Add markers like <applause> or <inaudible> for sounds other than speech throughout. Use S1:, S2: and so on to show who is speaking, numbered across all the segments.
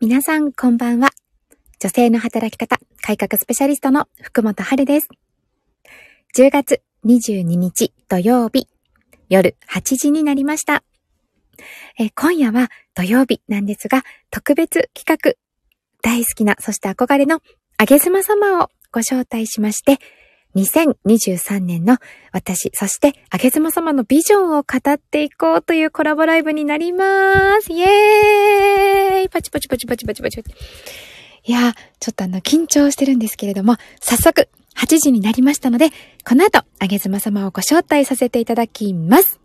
S1: 皆さん、こんばんは。女性の働き方、改革スペシャリストの福本春です。10月22日土曜日、夜8時になりました。えー今夜は土曜日なんですが、特別企画、大好きな、そして憧れのあげずま様をご招待しまして、2023年の私、そしてあげずま様のビジョンを語っていこうというコラボライブになります。イエーイパチパチパチパチパチパチパチ。いやー、ちょっとあの、緊張してるんですけれども、早速、8時になりましたので、この後、あげずま様をご招待させていただきます。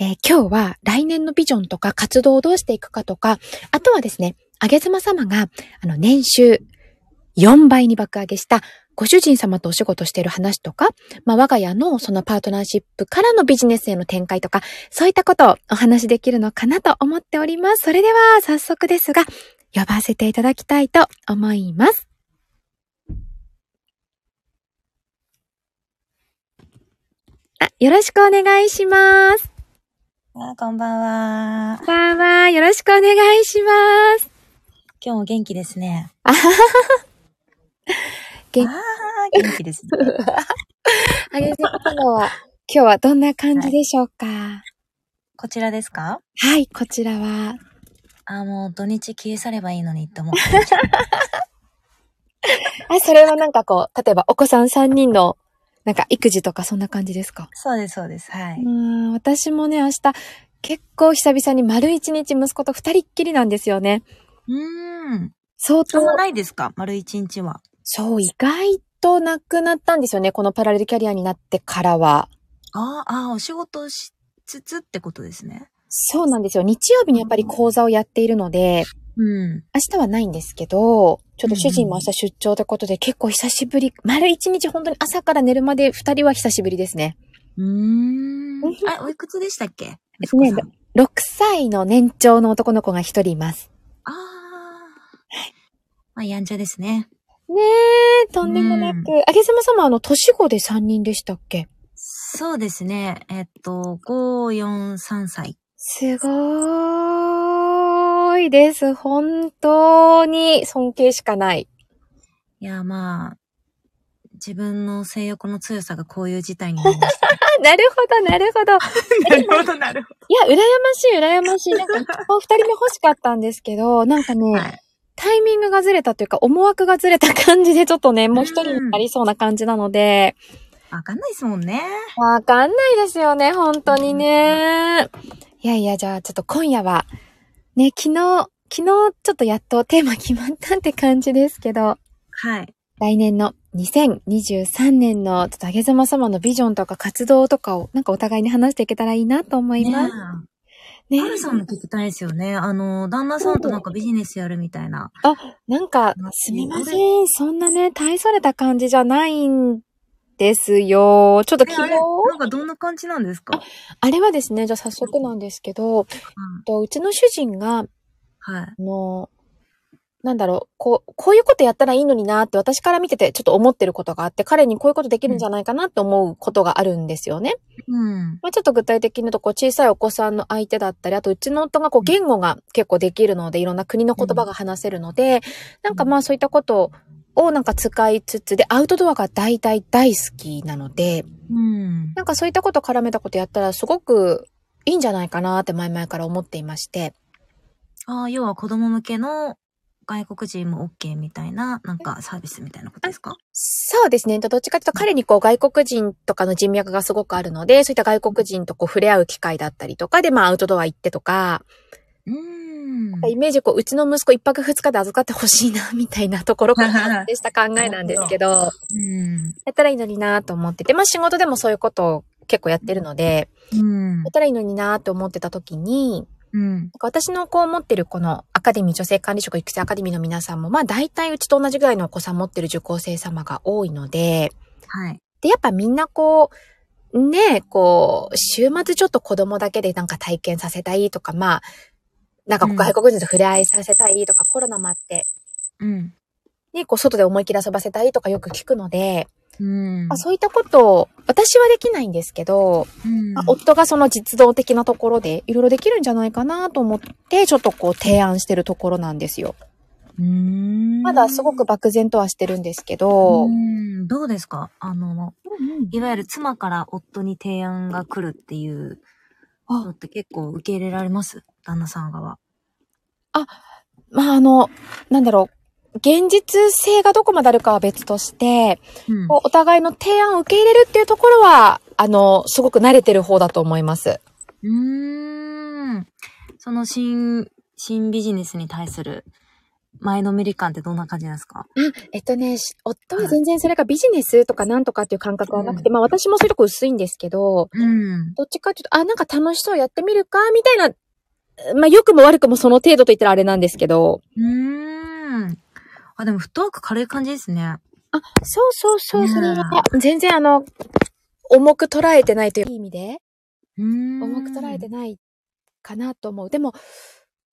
S1: えー今日は来年のビジョンとか活動をどうしていくかとか、あとはですね、あげずま様が、あの、年収4倍に爆上げした、ご主人様とお仕事している話とか、まあ、我が家のそのパートナーシップからのビジネスへの展開とか、そういったことをお話しできるのかなと思っております。それでは、早速ですが、呼ばせていただきたいと思います。あ、よろしくお願いします。
S2: あ、こんばんは。
S1: わーわー、よろしくお願いします。
S2: 今日も元気ですね。
S1: あははは
S2: あ
S1: 元
S2: あー、元気ですね。 <laughs>
S1: あげずまのは、今日はどんな感じでしょうか、
S2: こちらですか
S1: はい、こちらは、
S2: あー、もう土日消え去ればいいのにって思ってました。 <laughs>
S1: あ、それはなんかこう、例えばお子さん3人の、なんか育児とかそんな感じですか
S2: そうです、そうです。は
S1: う
S2: い。
S1: ん、私もね、明日、結構久々に丸一日息子と二人っきりなんですよね。
S2: うーん。
S1: 相
S2: そ
S1: 当
S2: ん、なないですか丸一日は。
S1: そう、意外となくなったんですよね。このパラレルキャリアになってからは。
S2: あーあー、お仕事しつつってことですね。
S1: そうなんですよ。日曜日にやっぱり講座をやっているので、
S2: うん。
S1: 明日はないんですけど、ちょっと主人も明日出張ってことで、結構久しぶり、丸一日本当に朝から寝るまで二人は久しぶりですね。
S2: うーん。あ、おいくつでしたっけ
S1: えっとね
S2: 息子さん
S1: 6歳の年長の男の子が一人います。
S2: ああ。まあ、やんちゃですね。
S1: ねえ、とんでもなく。あげさま様、あの、年子で3人でしたっけ
S2: そうですね。えっと、5、4、3歳。
S1: すごーいです。本当に尊敬しかない。
S2: いや、まあ、自分の性欲の強さがこういう事態になりました。
S1: あ、なるほど、なるほど。い
S2: <laughs> なるほど、なるほ
S1: や、羨ましい、羨ましい。なんか、お二人目欲しかったんですけど、なんかね、
S2: はい
S1: タイミングがずれたというか、思惑がずれた感じで、ちょっとね、もう一人になりそうな感じなので、
S2: ど。わかんないですもんね。
S1: わかんないですよね、本当にね。いやいや、じゃあちょっと今夜は、ね、昨日、昨日ちょっとやっとテーマ決まったって感じですけど、
S2: はい。
S1: 来年の2023年の、ちょっとあげずま様のビジョンとか活動とかを、なんかお互いに話していけたらいいなと思います。
S2: え
S1: ね
S2: ハルさんも聞きたいですよね。あの、旦那さんとなんかビジネスやるみたいな。
S1: なんか、すみません、そんなね、大それた感じじゃないんですよ。ちょっと
S2: え
S1: 昨
S2: あ
S1: 日
S2: れ、なんかどんな感じなんですか
S1: あれはですね、じゃあ早速なんですけど、
S2: うん
S1: とうちの主人が、
S2: はい。
S1: あの、なんだろう、こう、こういうことやったらいいのになって私から見ててちょっと思ってることがあって、彼にこういうことできるんじゃないかなって思うことがあるんですよね。
S2: うん。
S1: まあちょっと具体的に言うと、こう、小さいお子さんの相手だったり、あとうちの夫がこう、
S2: うん
S1: 言語が結構できるので、いろんな国の言葉が話せるので、なんかまあそういったことをなんか使いつつで、アウトドアが大体大好きなので、
S2: うん。
S1: なんかそういったこと絡めたことやったらすごくいいんじゃないかなって前々から思っていまして、
S2: ああ、要は子供向けの外国人も OK みたいな、なんかサービスみたいなことですか
S1: そうですね。どっちかというと彼にこう外国人とかの人脈がすごくあるので、そういった外国人とこう触れ合う機会だったりとかで、まあアウトドア行ってとか、
S2: うん。
S1: イメージこう、うちの息子一泊二日で預かってほしいな、みたいなところから発生した考えなんです
S2: <laughs>
S1: けど、
S2: うん。
S1: やったらいいのになと思ってて、まあ仕事でもそういうことを結構やってるので、
S2: うん
S1: やっ。たらいいのになと思ってた時に、
S2: うん。
S1: なんか私のこう持ってるこのアカデミー女性管理職育成アカデミーの皆さんも、まあ大体うちと同じぐらいのお子さん持ってる受講生様が多いので、
S2: はい。
S1: で、やっぱみんなこう、ねえ、こう、週末ちょっと子供だけでなんか体験させたいとか、まあ、なんか
S2: うん
S1: 外国人と触れ合いさせたいとか、コロナもあって、
S2: うん。
S1: ね、こう、外で思いっきり遊ばせたいとかよく聞くので、
S2: うん。
S1: まあ、そういったことを、私はできないんですけど、
S2: うん
S1: まあ、夫がその実動的なところで、いろいろできるんじゃないかなと思って、ちょっとこう、提案してるところなんですよ。
S2: うん
S1: まだすごく漠然とはしてるんですけ
S2: う
S1: ど、
S2: ん。どうですかあの、
S1: うん
S2: いわゆる妻から夫に提案が来るっていうのって結構受け入れられます旦那さん側。
S1: まあ、あの、なんだろう。現実性がどこまであるかは別として、
S2: うん
S1: こうお互いの提案を受け入れるっていうところは、あの、すごく慣れてる方だと思います。
S2: うーん。その新、新ビジネスに対する前のめり感ってどんな感じなんですか
S1: えっとね、し夫は全然それがビジネスとかなんとかっていう感覚はなくて、まあ私もそういうとこ薄いんですけど、
S2: うん。
S1: どっちかっていうと、あ、なんか楽しそうやってみるか、みたいな、まあ良くも悪くもその程度と言ったらあれなんですけど、
S2: うーん。あ、でもフットワーク軽い感じですね。
S1: あ、そうそうそう、それは
S2: う
S1: 全然あの、重く捉えてないといういい意味で、
S2: うーん。
S1: 重く捉えてないかなと思う。でも、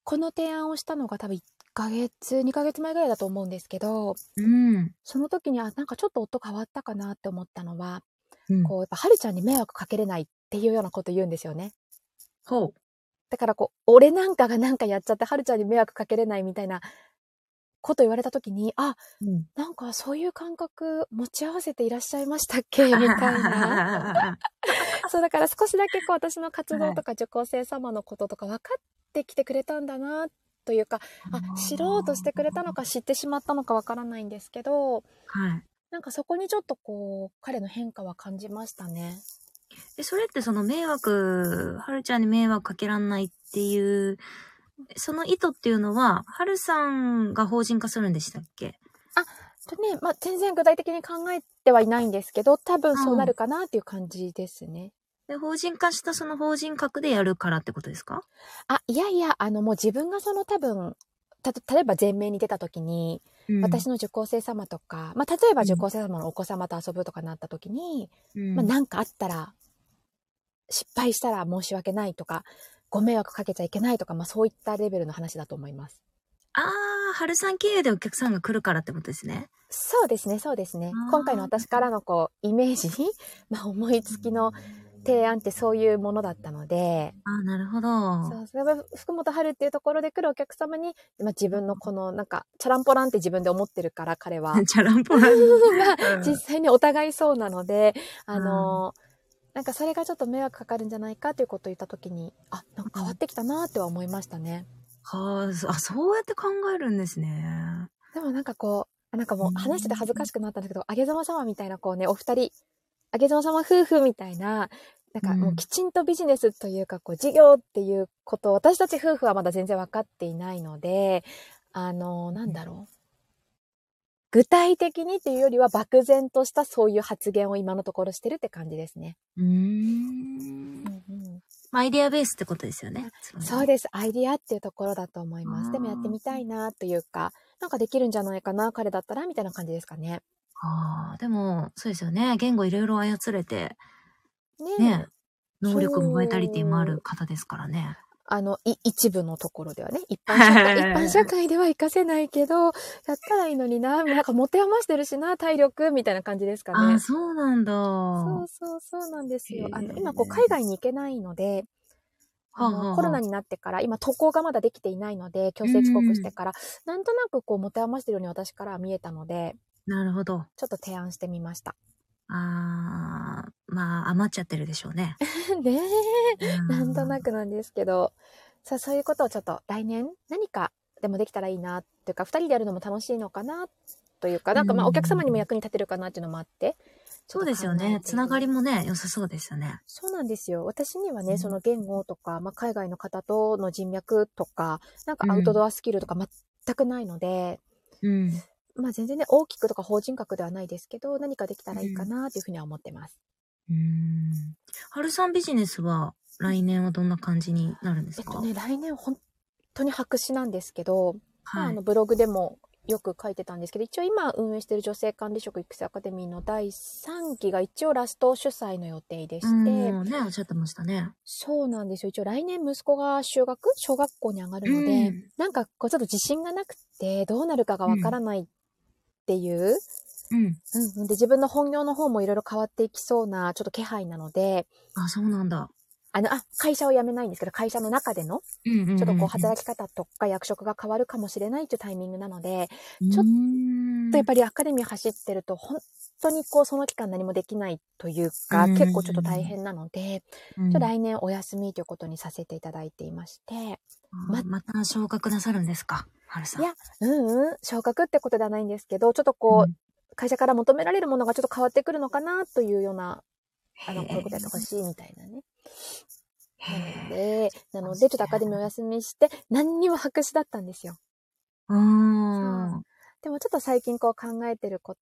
S1: この提案をしたのが多分1ヶ月、2ヶ月前ぐらいだと思うんですけど、
S2: うん。
S1: その時に、あ、なんかちょっと夫変わったかなって思ったのは、
S2: うん。
S1: こう、やっぱ、はるちゃんに迷惑かけれないっていうようなこと言うんですよね。
S2: ほ
S1: だからこう、俺なんかがなんかやっちゃって、はるちゃんに迷惑かけれないみたいなこと言われた時に、あ、
S2: う。うん。
S1: なんかそういう感覚持ち合わせていらっしゃいましたっけ
S2: <laughs>
S1: みたいな。そうだから少しだけこう私の活動とか受講生様のこととか分かってきてくれたんだなというか、あ、知ろうとしてくれたのか知ってしまったのか分からないんですけど、
S2: はい。
S1: なんかそこにちょっとこう、彼の変化は感じましたね。
S2: で、それってその迷惑、はるちゃんに迷惑かけらんないっていう、その意図っていうのは、はるさんが法人化するんでしたっけ
S1: とね、まあ、全然具体的に考えてはいないんですけど、多分そうなるかなっていう感じですね。
S2: で、法人化したその法人格でやるからってことですか
S1: あ、いやいや、あのもう自分がその多分、たと、例えば前面に出た時に、私、の受講生様とか、まあ、例えば受講生様のお子様と遊ぶとかなった時に、
S2: うん
S1: まあ、なんかあったら、失敗したら申し訳ないとか、ご迷惑かけちゃいけないとか、まあそういったレベルの話だと思います。
S2: ああ、春さん経由でお客さんが来るからってことですね。
S1: そうですね、そうですね
S2: あー。
S1: 今回の私からのこう、イメージ <laughs> に、まあ思いつきの提案ってそういうものだったので、
S2: ああ、なるほど。
S1: そう、それは福本春っていうところで来るお客様に、まあ自分のこのなんか、チャランポランって自分で思ってるから、彼は。
S2: <laughs> チャランポラン。
S1: <laughs>
S2: うん
S1: 実際にお互いそうなので、あの、なんかそれがちょっと迷惑かかるんじゃないかということを言った時に、あ、なんか変わってきたなっては思いましたね。
S2: はあそあ、そうやって考えるんですね。
S1: でもなんかこう、なんかもう話してて恥ずかしくなったんですけど、あげざま様みたいなこうね、お二人、あげざま様夫婦みたいな、なんかも
S2: うん
S1: うきちんとビジネスというか、こう事業っていうことを私たち夫婦はまだ全然分かっていないので、あの、なんだろう。具体的にっていうよりは漠然としたそういう発言を今のところしてるって感じですね。
S2: うーん。まあアイデアベースってことですよね。
S1: そうです。アイディアっていうところだと思います。でもやってみたいなというか、なんかできるんじゃないかな、彼だったら、みたいな感じですかね。
S2: ああ、でも、そうですよね。言語いろいろ操れて、
S1: ねえ
S2: ね、能力もバイタリティもある方ですからね。
S1: あの、い一部のところではね、一般社 <laughs> 会、一般社会では活かせないけど、やったらいいのにな、なんか持て余してるしな、体力、みたいな感じですか
S2: あ
S1: ね
S2: あ、。そうなんだ。
S1: そうそうそうなんですよ。あ
S2: へ
S1: の、
S2: え
S1: 今こう海外に行けないので、あ
S2: はあはあは
S1: の
S2: あ
S1: コロナになってから、今渡航がまだできていないので、強制帰国してから、なんとなくこう持て余してるように私からは見えたので、
S2: なるほど。
S1: ちょっと提案してみました。
S2: ああ、まあ、余っちゃってるでしょうね。
S1: ねえ、 <laughs> な
S2: なん
S1: となくなんですけど、さあそういうことをちょっと来年何かでもできたらいいなっていうか、二人でやるのも楽しいのかなというか、なんかまあ
S2: うん
S1: お客様にも役に立てるかなっていうのもあって。
S2: そうですよね。つながり
S1: も。
S2: もね、良さそうですよね。
S1: そうなんですよ。私には
S2: う
S1: ね、
S2: ん
S1: その言語とか、まあ海外の方との人脈とか、なんかアウトドアスキルとか全くないので、
S2: うん。
S1: まあ全然ね、大きくとか法人格ではないですけど、何かできたらいいかなっていうふうには思ってます。
S2: うん。春さんビジネスは来年はどんな感じになるんです
S1: えっ
S2: か、
S1: とね、来年本当に白紙なんですけど、まあ
S2: は
S1: あ
S2: い
S1: の。ブログでもよく書いてたんですけど一応今運営している女性管理職育成アカデミーの第3期が一応ラスト主催の予定でして、
S2: うん、ね、おっしゃってましたね。
S1: そうなんですよ一応来年息子が就学小学校に上がるので、
S2: うん
S1: なんかこうちょっと自信がなくてどうなるかがわからないっっていう、
S2: うん。
S1: うん、で自分の本業の方もいろいろ変わっていきそうなちょっと気配なので、
S2: あ、そうなんだ。
S1: あの、あ、会社を辞めないんですけど、会社の中での、
S2: うんうんうん、うん。
S1: ちょっとこう、
S2: き、
S1: 働き方とか役職が変わるかもしれないっていうタイミングなので、
S2: ち
S1: ち
S2: ょ
S1: ょ
S2: っ
S1: っ
S2: と
S1: とやっぱりアカデミー走ってると、本当にこう、その期間何もできないというか、
S2: うん
S1: 結構ちょっと大変なので、
S2: り、
S1: ちょっと来年お休みということにさせていただいていまして、
S2: ままた昇格なさるんですか、はるさん。
S1: いやうんうん、昇格ってことではないんですけど、ちょっとこう、会社から求められるものがちょっと変わってくるのかなというような、あの、こういうことやってほしいみたいなね。なので、なの
S2: へえ。そうですね
S1: で、ちょっとアカデミーお休みして、何にも白紙だったんですよ。
S2: うーん。は
S1: でもちょっと最近こう考えてるこ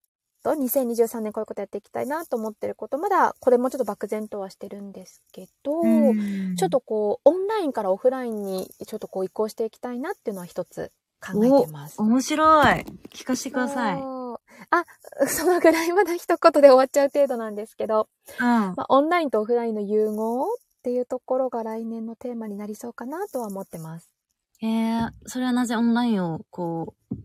S1: と、2023年こういうことやっていきたいなと思ってること、まだこれもちょっと漠然とはしてるんですけど、ちょっとこう、オンラインからオフラインにちょっとこう移行していきたいなっていうのは一つ考えてます。
S2: 面白い。聞かせてください。うん。
S1: そう。あ、そのぐらいまだ一言で終わっちゃう程度なんですけど、まあ、オンラインとオフラインの融合っていうところが来年のテーマになりそうかなとは思ってます。
S2: えー、それはなぜオンラインをこう、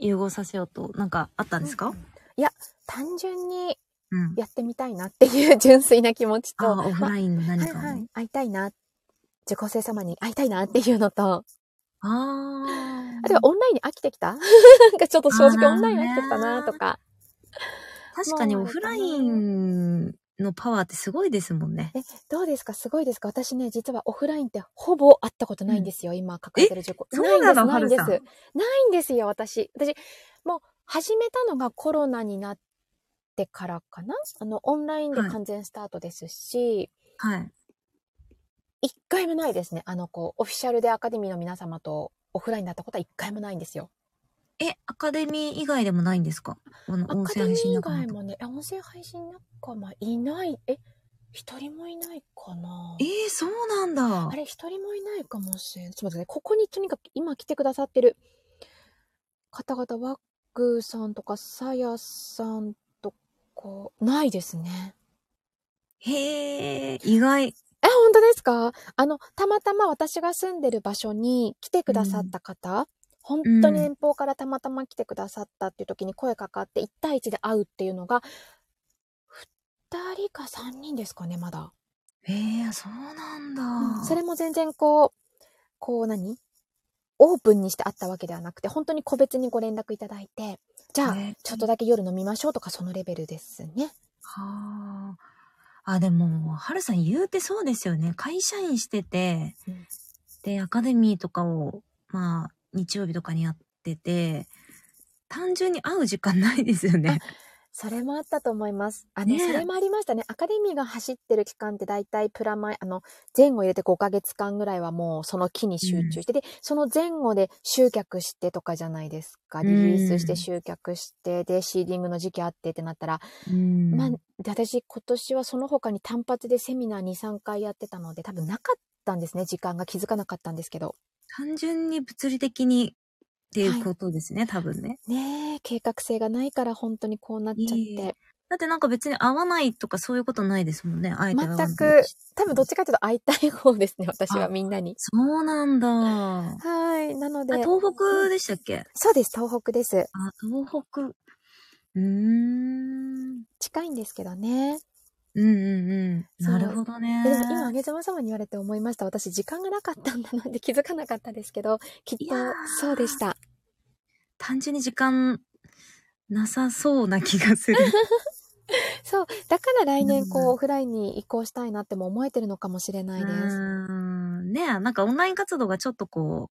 S2: 融合させようと、なんかあったんですか
S1: いや、単純に
S2: うん。
S1: やってみたいなっていう純粋な気持ち
S2: あ
S1: と、
S2: ー、オフ
S1: ま
S2: ラインの
S1: あ
S2: 何
S1: はい
S2: かをね。
S1: はい、会いたいな、受講生様に会いたいなっていうのと、
S2: ああ。
S1: あとはオンラインに飽きてきた <laughs> なんかちょっと正直
S2: あー
S1: オンラインは飽きてきたなとか、
S2: 確かにオフラインのパワーってすごいですもんね。
S1: どうですかすごいですか私ね、実はオフラインってほぼ会ったことないんですよ、今抱えてる受講。
S2: えそうなの
S1: ないんです、
S2: は
S1: ない
S2: る
S1: んです。ないんですよ、私。私、もう始めたのがコロナになってからかなあの、オンラインで完全スタートですし、
S2: はい。
S1: 一回もないですね。あの、こう、オフィシャルでアカデミーの皆様とオフラインだったことは一回もないんですよ。
S2: え、アカデミー以外でもないんですかこの
S1: ア
S2: 音
S1: カデミ
S2: 声配信
S1: ー以
S2: 仲間
S1: 外
S2: とか
S1: もね、え音声配信仲間いない、え、一人もいないかな
S2: えー、そうなんだ
S1: あ。れ、一人もいないかもしれない。ちょっと待ってね、ここにとにかく今来てくださってる方々、ワックさんとか、さやさんとか、ないですね。
S2: へえ、意外。
S1: え、本当ですかあの、たまたま私が住んでる場所に来てくださった方、本当に遠方からたまたま来てくださったっていう時に声かかって1対1で会うっていうのが、2人か3人ですかね、まだ。
S2: えー、そうなんだ。
S1: それも全然こう、こう何オープンにして会ったわけではなくて、本当に個別にご連絡いただいて、じゃあ、
S2: ね
S1: ちょっとだけ夜飲みましょうとか、そのレベルですね。
S2: はあ。あ、でも、はるさん言うてそうですよね。会社員してて、
S1: うん
S2: で、アカデミーとかを、まあ、日曜日とかにやってて、単純に会う時間ないですよね。
S1: それもあったと思います。あの、
S2: ねえ
S1: それもありましたね。アカデミーが走ってる期間って大体プラマイ、あの、前後入れて5ヶ月間ぐらいはもうその期に集中して、で、その前後で集客してとかじゃないですか。リリースし
S2: う
S1: て
S2: ん
S1: 集客して、で、シーディングの時期あってってなったら、
S2: うん
S1: まあ、で私今年はその他に単発でセミナー2、3回やってたので、多分なかったんですね。時間が気づかなかったんですけど。
S2: 単純に物理的にっていうことですね、多分ね。
S1: ねえ、計画性がないから本当にこうなっちゃっ
S2: いえい
S1: て
S2: え。だってなんか別に会わないとかそういうことないですもんね、会えて会わない
S1: 全く、多分どっちかというと会いたい方ですね。私は
S2: あ
S1: みんなに。
S2: そうなんだ。あ、
S1: はい。なので、
S2: 東北でしたっけ
S1: そうです、東北です。
S2: あ、東北。うーん。
S1: 近いんですけどね。
S2: うんうんうん。
S1: そう
S2: なるほどね。
S1: ででも今、あげずま様に言われて思いました。私、時間がなかったんだなって気 <laughs> づかなかったですけど、きっと
S2: いやー、
S1: そうでした。
S2: 単純に時間なさそうな気がする。
S1: そう。だから来年、こ
S2: う
S1: う、
S2: ん
S1: オフラインに移行したいなっても思えてるのかもしれ <laughs> ないで
S2: う
S1: す。
S2: ーんねえ、なんかオンライン活動がちょっとこ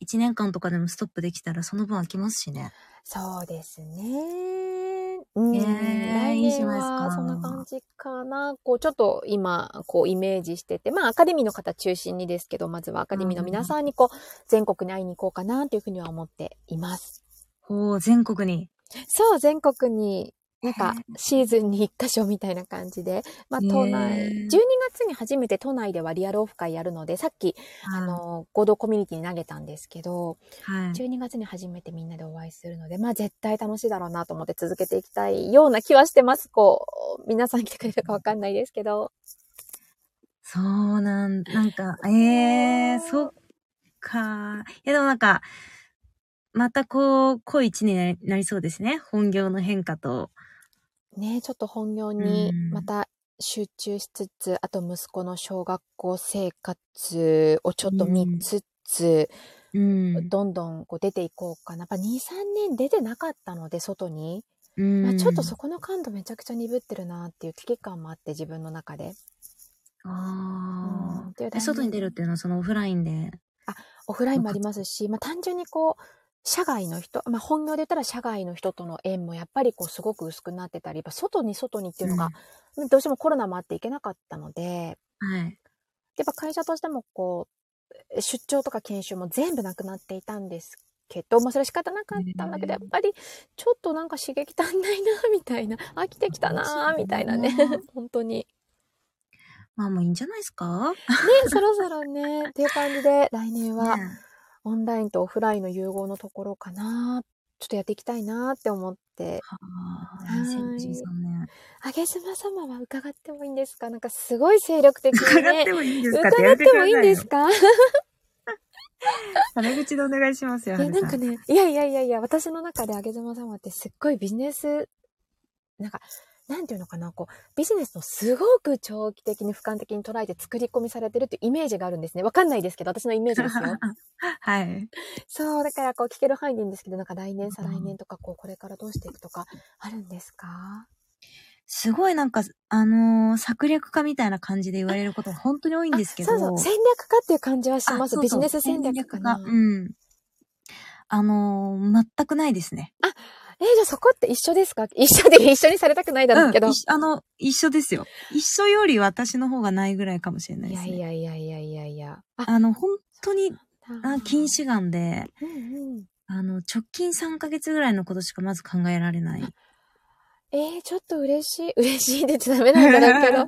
S2: う、1年間とかでもストップできたらその分空きますしね。
S1: そうですね。うん。来
S2: ねえいいじゃ
S1: 年
S2: ないですか
S1: は、そんな感じかな。こう、ちょっと今、こう、イメージしてて、まあ、アカデミーの方中心にですけど、まずはアカデミーの皆さんに、こう、全国に会いに行こうかなというふうには思っています。
S2: ほう、全国に。
S1: そう、全国に、なんか
S2: へ、
S1: シーズンに1箇所みたいな感じで、まあ、
S2: へえ
S1: 都内、12月に初めて都内ではリアルオフ会やるので、さっき、あ
S2: あ、
S1: の、合同コミュニティに投げたんですけど、
S2: はい。
S1: 12月に初めてみんなでお会いするので、まあ、絶対楽しいだろうなと思って続けていきたいような気はしてます。こう、皆さん来てくれるかわかんないですけど。
S2: そ
S1: <laughs>
S2: うなん、なんか、ええー、そっか。いやでもなんか、またこう、濃い一年になりそうですね。本業の変化と。
S1: ねちょっと本業に
S2: うん
S1: また集中しつつ、あと息子の小学校生活をちょっと見つつ、
S2: うん。
S1: どんどんこう出ていこうかな。やっぱ2、3年出てなかったので、外に。
S2: うん
S1: まあちょっとそこの感度めちゃくちゃ鈍ってるなっていう危機感もあって、自分の中で。う
S2: あ
S1: んっていう
S2: あ。え外に出るっていうのはそのオフラインで。
S1: オフラインもありますし、まあ、単純にこう社外の人、まあ、本業で言ったら社外の人との縁もやっぱりこうすごく薄くなってたりやっぱ外に外にっていうのが、どうしてもコロナもあっていけなかったので
S2: うんはい。
S1: やっぱ会社としてもこう出張とか研修も全部なくなっていたんですけど、まあ、それは仕方なかったんだけど
S2: ね
S1: やっぱりちょっとなんか刺激足んないなみたいな飽きてきたなみたいなね <laughs>
S2: そうだな
S1: 本当に。
S2: まあもういいんじゃないですか
S1: ねそろそろねっていう感じで来年は。
S2: ね
S1: オンラインとオフラインの融合のところかなちょっとやっていきたいなって思って
S2: ああ、
S1: はい
S2: 2023年。
S1: あげすま様は伺ってもいいんですかなんかすごい精力的に
S2: 伺っ
S1: ね
S2: てもいいんですか
S1: 伺ってもいいんです
S2: か
S1: か
S2: タメ口でお願いしますよ、
S1: いやなんか
S2: ね、
S1: ねいやいやいやいや私の中であげずま様ってすっごいビジネスなんかなんていうのかなこうビジネスのすごく長期的に俯瞰的に捉えて作り込みされてるっていうイメージがあるんですねわかんないですけど私のイメージです <laughs>
S2: <laughs>
S1: よ
S2: はい。
S1: そうだからこう聞ける範囲でいいんですけどなんか来年再
S2: うん
S1: 来年とかこうこれからどうしていくとかあるんですか
S2: すごいなんか、あのー策略家みたいな感じで言われること本当に多いんですけど。
S1: あそうそう、戦略家っていう感じはし
S2: あ
S1: ます。
S2: そう
S1: ビ
S2: そ
S1: ジ
S2: う
S1: ネス戦略家な。
S2: 戦
S1: え、じ
S2: うん。あのー全くないですね。
S1: ゃあそこって一緒ですか一緒で一緒にされたくないだろうけど。
S2: 一緒あの、一緒ですよ。一緒より私の方がないぐらいかもしれな
S1: い
S2: いで
S1: や
S2: すね。
S1: いやいやいやいやいや。あ、
S2: あの、本当に、あ
S1: 禁
S2: 近
S1: 止
S2: 視眼で、
S1: うんうん。
S2: あの、直近3ヶ月ぐらいのことしかまず考えられない。
S1: えー、ちょっと嬉しい。 <laughs> 嬉しいって言っちゃダメなんだろう
S2: <laughs>
S1: けど。え、でも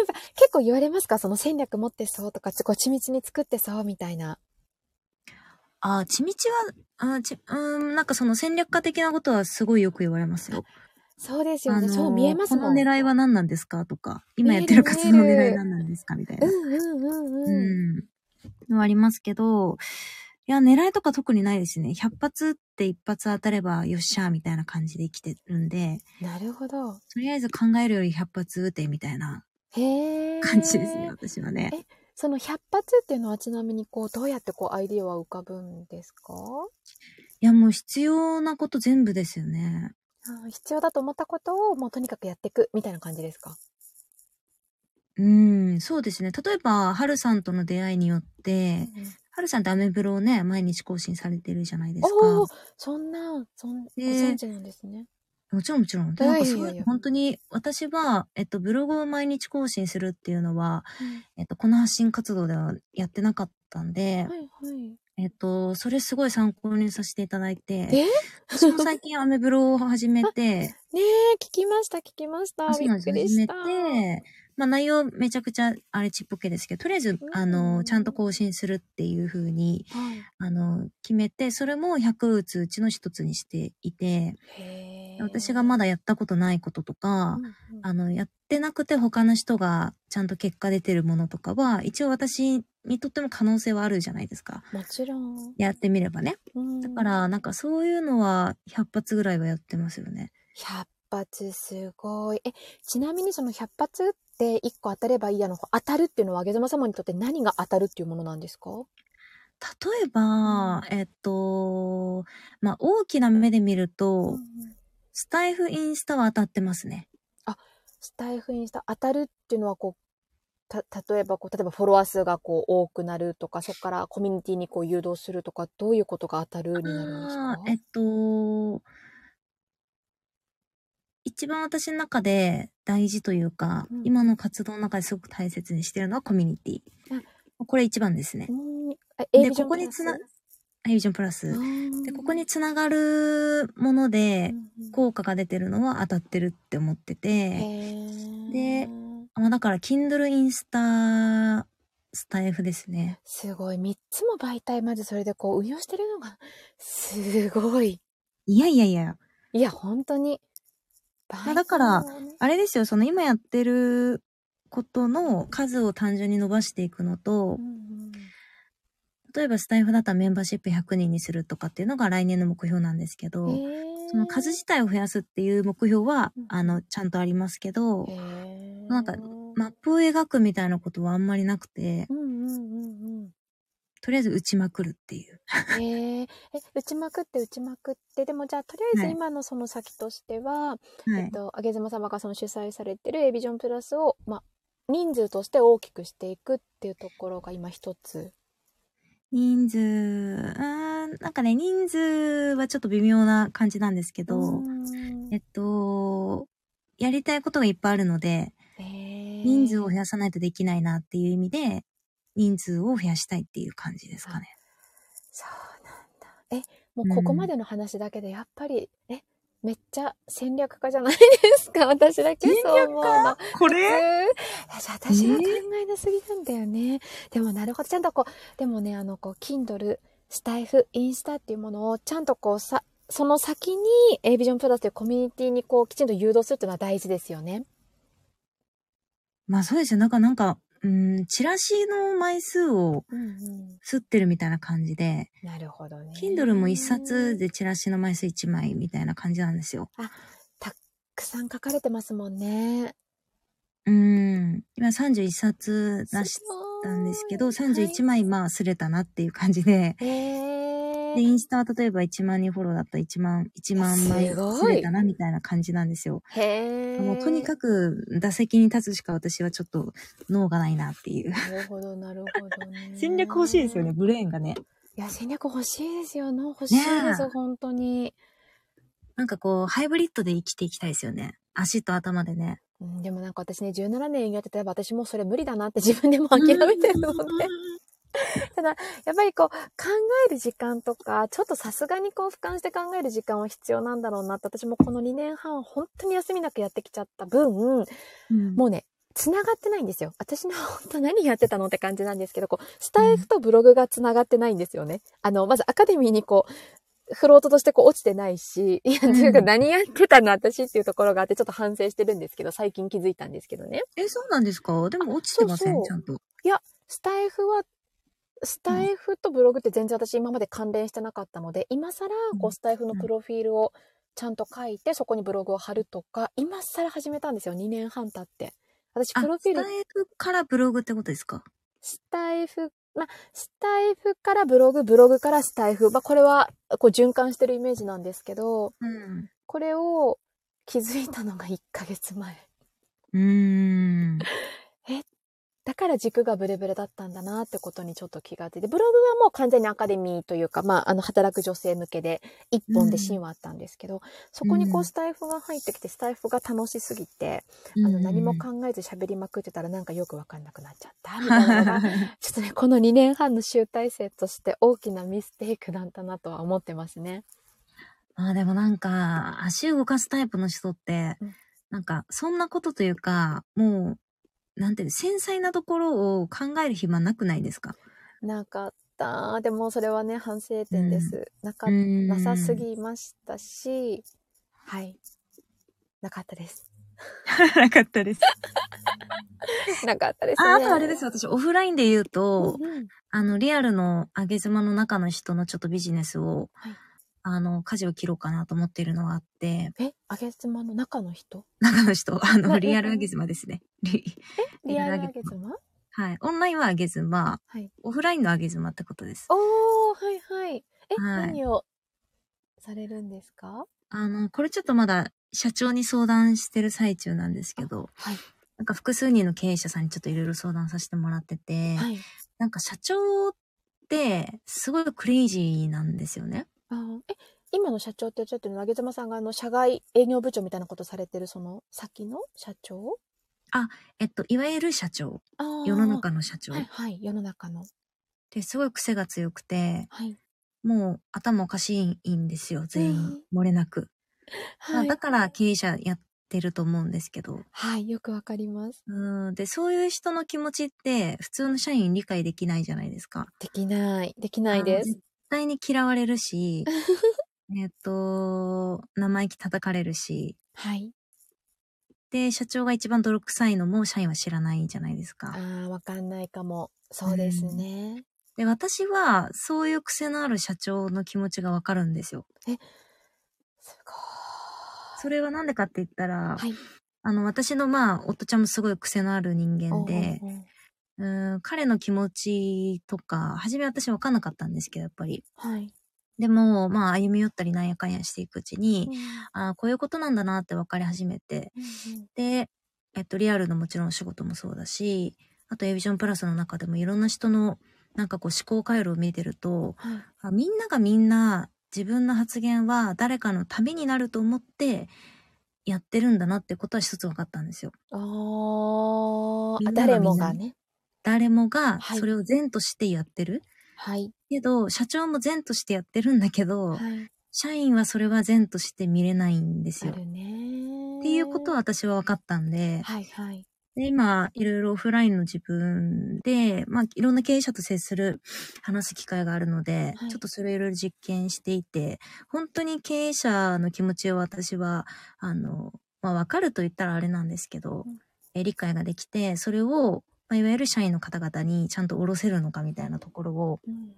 S1: やっぱ結構言われますかその戦略持ってそうとか、こう緻密に作ってそうみたいな。
S2: あ、ちみちは、あちうーん、なんかその戦略家的なことはすごいよく言われますよ。
S1: そうですよ
S2: あ
S1: ね。
S2: の
S1: そう見えますもん。
S2: この狙いは何なんですかとか、今やって
S1: 見え
S2: る
S1: る
S2: 活動の
S1: 見える
S2: 狙い何なんですかみたいうな。
S1: んうんうんう
S2: う
S1: ん。
S2: ん。のはありますけど、いや、狙いとか特にないですね。100発って1発当たれば、よっしゃーみたいな感じで生きてるんで、
S1: なるほど。
S2: とりあえず考えるより100発撃てみたいな
S1: へえ。
S2: 感じですね、私はね。
S1: その100発っていうのはちなみにこうどうやってこうアイディアは浮かぶんですか
S2: いや、もう必要なこと全部ですよね。
S1: あ必要だと思ったことをもうとにかくやっていくみたいな感じですか
S2: うん、そうですね。例えば、はるさんとの出会いによって、はるさんってアメブロをね、毎日更新されてるじゃないですか。
S1: おおーそんなそんご
S2: ね
S1: 存知なんですね。
S2: もちろんもちろん。で
S1: い
S2: な
S1: や
S2: ん
S1: いや
S2: か
S1: いや
S2: そういうの本当に、私は、えっと、ブログを毎日更新するっていうのは、えっと、この発信活動ではやってなかったんで
S1: は、いはい。
S2: えっと、それすごい参考にさせていただいて、
S1: え
S2: 私も最近アメブロを始め
S1: <laughs>
S2: て、
S1: ねえ聞きました聞きました
S2: あそう
S1: び
S2: なん
S1: っ
S2: です
S1: く
S2: よ
S1: り
S2: 始め
S1: してた。、
S2: まあ内容めちゃくちゃあれちっぽけですけど、とりあえず、あ
S1: う
S2: の、
S1: ん
S2: ちゃんと更新するっていう風に、
S1: はい、
S2: あの、決めて、それも100打つうちの一つにしていて、
S1: へえ
S2: 私がまだやったことないこととか
S1: うん、うん
S2: あの、やってなくて他の人がちゃんと結果出てるものとかは、一応私にとっても可能性はあるじゃないですか。
S1: もちろん。
S2: やってみればね。
S1: うん
S2: だから、なんかそういうのは100発ぐらいはやってますよね。
S1: 100発すごい。え、ちなみにその100発って1個当たればいいやの、当たるっていうのは、あげざま様にとって何が当たるっていうものなんですか
S2: 例えば、えっと、まあ、大きな目で見ると、スタイフインスタは当たってますね。
S1: スタイフインスタ、当たるっていうのはこう、た、例えばこう、例えばフォロワー数がこう多くなるとか、そこからコミュニティにこう誘導するとか、どういうことが当たるになるんです
S2: あ
S1: か
S2: ーえっと、一番私の中で大事というか、
S1: うん
S2: 今の活動の中ですごく大切にしてるのはコミュニティ
S1: あ。
S2: これ一番ですね
S1: う。ん。え、
S2: で、ここにつな、アイビジョンプラス。
S1: で
S2: で、ここにつながるもので、効果が出てるのは当たってるって思って
S1: うん、
S2: て、
S1: へー
S2: でまあだから、Kindle インスタスタイフですね。
S1: すごい。3つも媒体、まずそれでこう運用してるのが、すごい。
S2: いやいやいや、
S1: いや、本当に。
S2: あだから
S1: 媒体をね、
S2: あれですよ、その今やってることの数を単純に伸ばしていくのと
S1: う、んうん
S2: 例えばスタイフだったらメンバーシップ100人にするとかっていうのが来年の目標なんですけど、その数自体を増やすっていう目標は
S1: うん、
S2: あの、ちゃんとありますけど、
S1: な
S2: なんかマップを描くみたいなことはあんまりなくて、
S1: うんうんうんうん。
S2: とりあえず打ちまくるっていう。
S1: えー、え、打ちまくって打ちまくって、でもじゃあ、とりあえず
S2: はい
S1: 今のその先としては、
S2: は
S1: えっ
S2: い。
S1: と、あげずま様がその主催されてるエビジョンプラスを、まあ、人数として大きくしていくっていうところが今一つ。
S2: 人数、うーん、なんかね、人数はちょっと微妙な感じなんですけど、
S1: うーん
S2: えっと、やりたいことがいっぱいあるので、
S1: えー
S2: 人数を増やさないとできないなっていう意味で、人数を増やしたいっていう感じですかね。
S1: そうなんだ。え、もうここまでの話だけでやっぱり、え、めっちゃ戦略家じゃないですか私だけそう思うの。
S2: こ
S1: えー、じゃあ私は考えなすぎなんだよね。でもなるほど。ちゃんとこう、でもね、あの、こう、Kindle、スタイフ、インスタっていうものを、ちゃんとこう、さ、その先に A Vision Plus というコミュニティにこう、きちんと誘導するっていうのは大事ですよね。
S2: まあそうですよ。なんか、なんか、うん、チラシの枚数を
S1: うんうん。
S2: 吸ってるみたいな感じで、
S1: なるほどね。
S2: Kindle も一冊。でチラシの枚数一枚みたいな感じなんですよ。
S1: たくさん書かれてますもんね。
S2: うん。今31冊出したんですけど、
S1: すごい
S2: 31枚まあすれたなっていう感じで、
S1: はいえ
S2: で、インスタは例えば1万人フォローだったら1万、1万枚
S1: すごい
S2: すれたなみたいな感じなんですよ。
S1: ー、へえ。
S2: もうとにかく打席に立つしか私はちょっと脳がないなっていう。。
S1: なるほど、なるほど、ね
S2: <laughs> 戦略欲しいですよね、。ブレーンがね。
S1: いや、戦略欲しいですよ。の欲しいです、
S2: ねえ
S1: 本当に。
S2: なんかこう、ハイブリッドで生きていきたいですよね。足と頭でね。
S1: うんでもなんか私ね、17年やってたら私もうそれ無理だなって <laughs> 自分でも諦めてるので、やっぱりこう、考える時間とか、ちょっとさすがにこう、俯瞰して考える時間は必要なんだろうなって、私もこの2年半、本当に休みなくやってきちゃった分、
S2: うん
S1: もうね、繋がってないんですよ。私の <laughs> 本当何やってたのって感じなんですけど、こう、スタイフとブログが繋がってないんですよね。あの、まずアカデミーにこう、フロートとしてこう落ちてないし、いや、と
S2: うん
S1: いうか何やってたの私っていうところがあって、ちょっと反省してるんですけど、最近気づいたんですけどね。
S2: え、そうなんですかでも落ちてません
S1: そうそう
S2: ちゃんと。
S1: スタイフは、スタイフとブログって全然私今まで関連してなかったので、今更こ
S2: う
S1: うんスタイフのプロフィールをちゃんと書いて、そこにブログを貼るとか、今更始めたんですよ。2年半経って。私、
S2: あ、
S1: プロ
S2: ス
S1: フ
S2: タ
S1: ィ
S2: イ
S1: ール、
S2: フからブログってことですか
S1: スタイフ、まあ、スタイフからブログ、ブログからスタイフ。まあ、これは、こう循環してるイメージなんですけど、
S2: うん。
S1: これを気づいたのが1ヶ月前。
S2: う
S1: <laughs>
S2: ーん。
S1: だから軸がブレブレだったんだなってことにちょっと気がついて、ブログはもう完全にアカデミーというか、まあ、あの、働く女性向けで一本で芯はあったんですけど、そこにこう
S2: う
S1: んスタイフが入ってきて、スタイフが楽しすぎて、あの、何も考えず喋りまくってたらなんかよくわかんなくなっちゃった、みたいなのが、ちょっとね、この2年半の集大成として大きなミステイクだったなとは思ってますね。
S2: あーでもなんか、足動かすタイプの人って、
S1: うん
S2: なんか、そんなことというか、もう、なんていうの、繊細なところを考える暇なくないですか
S1: なかった。でもそれはね、反省点です。なか
S2: うーん
S1: なさすぎましたし、はい。なかったです。<laughs>
S2: <laughs> なかったです。
S1: なかったですね。
S2: あ、あとあれです。私、オフラインで言うと、
S1: うんうん
S2: あの、リアルの上げ妻の中の人のちょっとビジネスを、
S1: はい
S2: あの、舵を切ろうかなと思っているのがあって、 <laughs>
S1: え、あげつまの中の人
S2: 中の人、あ
S1: な
S2: の、リアル上げ妻ですね。リ
S1: リ
S2: リ
S1: ア
S2: ア
S1: ル
S2: ル
S1: あ
S2: あ
S1: げ
S2: げ
S1: つま
S2: はい。オンラインは上げ妻、
S1: はい。
S2: オフラインの上げ妻ってことです。
S1: おー、はいはい。え、
S2: はい
S1: 何をされるんですか
S2: あの、これちょっとまだ社長に相談してる最中なんですけど、
S1: はい。
S2: なんか複数人の経営者さんにちょっといろいろ相談させてもらってて、
S1: はい。
S2: なんか社長ってすごいクレイジーなんですよね。
S1: あーえ、今の社長ってちょっとあげつまさんがあの、社外営業部長みたいなことされてるその先の社長
S2: えっと、いわゆる社長、
S1: あー
S2: 世の中の社長
S1: はい
S2: っ
S1: はい、世の中の。
S2: てすごい癖が強くて、
S1: はい。
S2: もう頭おかしいんですよ、全員。漏れなく。まあ
S1: はい
S2: だ。から経営者やってると思うんですけど。
S1: はい、よくわかります。
S2: うん。で、そういう人の気持ちって普通の社員理解できないじゃないですか。
S1: できない。できないで
S2: あの
S1: す。
S2: 絶対に嫌われ
S1: <laughs>
S2: るし、えっと、生意気叩かれるし、
S1: はい。
S2: で、社長が一番泥臭いのも社員は知らないじゃないです
S1: あ
S2: か。
S1: あ、わかんないかも。そうですね。
S2: で、私は、そういう癖のある社長の気持ちがわかるんですよ。
S1: す
S2: それはなんでかって言ったら、
S1: はい
S2: あの、私のまあ、夫ちゃんもすごい癖のある人
S1: ごい。
S2: 間で
S1: お、うおうおう
S2: うん、彼の気持ちとか、初め私わかんなかったんですけど、やっぱり。
S1: はい。
S2: でも、まあ、歩み寄ったりなんやかんやしていくうちに、
S1: う
S2: ああ、こういうことなんだなって分かり始めて、
S1: ん
S2: で、えっと、リアルのもちろんお仕事もそうだし、あと、エビジョンプラスの中でもいろんな人の、なんかこう思考回路を見てると、
S1: はい
S2: あみんながみんな自分の発言は誰かのためになると思ってやってるんだなってことは一つ分かったんですよ。
S1: あ
S2: みん
S1: ーあ、
S2: なが
S1: 誰もがね。
S2: 誰もが
S1: はい
S2: それを善としてやってる。
S1: はい。
S2: けど、社長も善としてやってるんだけど、
S1: はい。
S2: 社員はそれは善として見れないんです
S1: あ
S2: よ。っ
S1: るね。
S2: ていうことは。私は分かったんで、
S1: はいはい。
S2: で今、いろいろオフラインの自分で、まあ、いろんな経営者と接する、話す機会があるので、
S1: はい
S2: ちょっとそれをいろいろ実験していて、本当に経営者の気持ちを私は、あの、まあ、わかると言ったらあれなんですけど
S1: うん、
S2: え理解ができて、それを、まあ、いわゆる社員の方々にちゃんと下ろせるのかみたいなところを、
S1: うんうん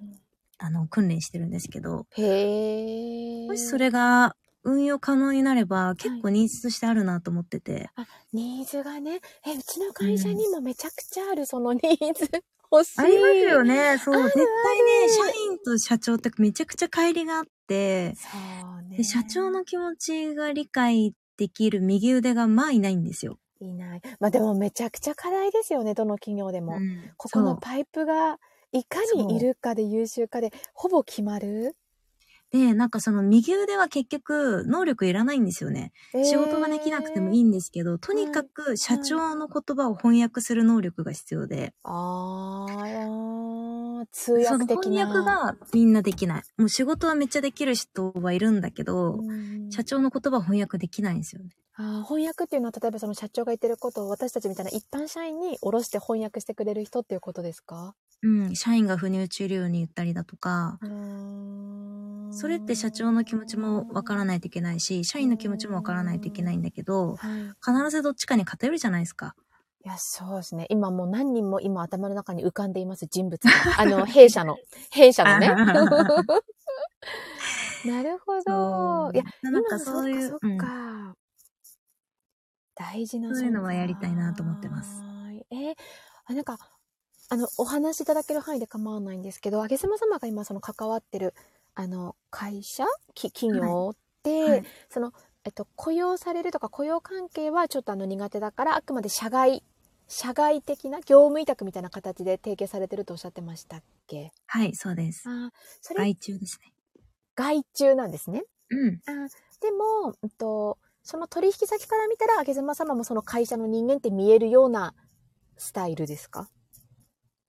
S2: あの、訓練してるんですけど、
S1: へえ。
S2: もしそれが運用可能になれば、結構ニーズとしてあるなと思ってて、
S1: ニーズがね、え、うちの会社にもめちゃくちゃある、そのニー <laughs> ズ。欲しい。
S2: ありますよね。そう。
S1: ある
S2: 絶対ね、社員と社長ってめちゃくちゃ乖離があって、
S1: そうね。
S2: で社長の気持ちが理解できる右腕がまあいないんですよ。
S1: いない。まあでもめちゃくちゃ課題ですよね、どの企業でも。
S2: うん
S1: ここの
S2: そう
S1: パイプがいかにいるかで優秀かで、ほぼ決まる。
S2: で、なんかその右腕は結局能力いらないんですよね。仕事ができなくてもいい
S1: い。
S2: んですけど、とにかく社長の言葉を翻訳する能力が必要で、
S1: あー、通
S2: そ
S1: 訳
S2: の
S1: 的な。
S2: 翻訳がみんなできない。もう仕事はめっちゃできる人はいるんだけど、
S1: うん
S2: 社長の言葉を翻訳できないんですよね。
S1: あー翻訳っていうのは例えばその社長が言ってることを私たちみたいな一般社員に下ろして翻訳してくれる人っていうことですか
S2: うん、社員が不入中流に言ったりだとか、それって社長の気持ちもわからないといけないし、社員の気持ちもわからないといけないんだけど、
S1: はい、い
S2: 必ずどっちかに偏るじゃないですか。
S1: やそうですね今もう何人も今頭の中に浮かんでいます人
S2: <laughs>
S1: 物があの弊社の弊社のね <laughs> なるほどいや
S2: な
S1: 今
S2: んかそういう、
S1: そっか
S2: うん
S1: そっか大事な
S2: そういうのはやりたいなと思ってます
S1: はいえーあなんかあのお話しいただける範囲で構わないんですけどあげすま様が今その関わってるあの会社き企業って、
S2: はいはい
S1: その、えっと、雇用されるとか雇用関係はちょっとあの苦手だからあくまで社外社外的な業務委託みたいな形で提携されてるとおっしゃってましたっけ
S2: はい、そうです。
S1: あーそれ
S2: 外注ですね。
S1: 外注なんですね
S2: うん。
S1: でも、うんと、その取引先から見たら、あげずま様もその会社の人間って見えるようなスタイルですか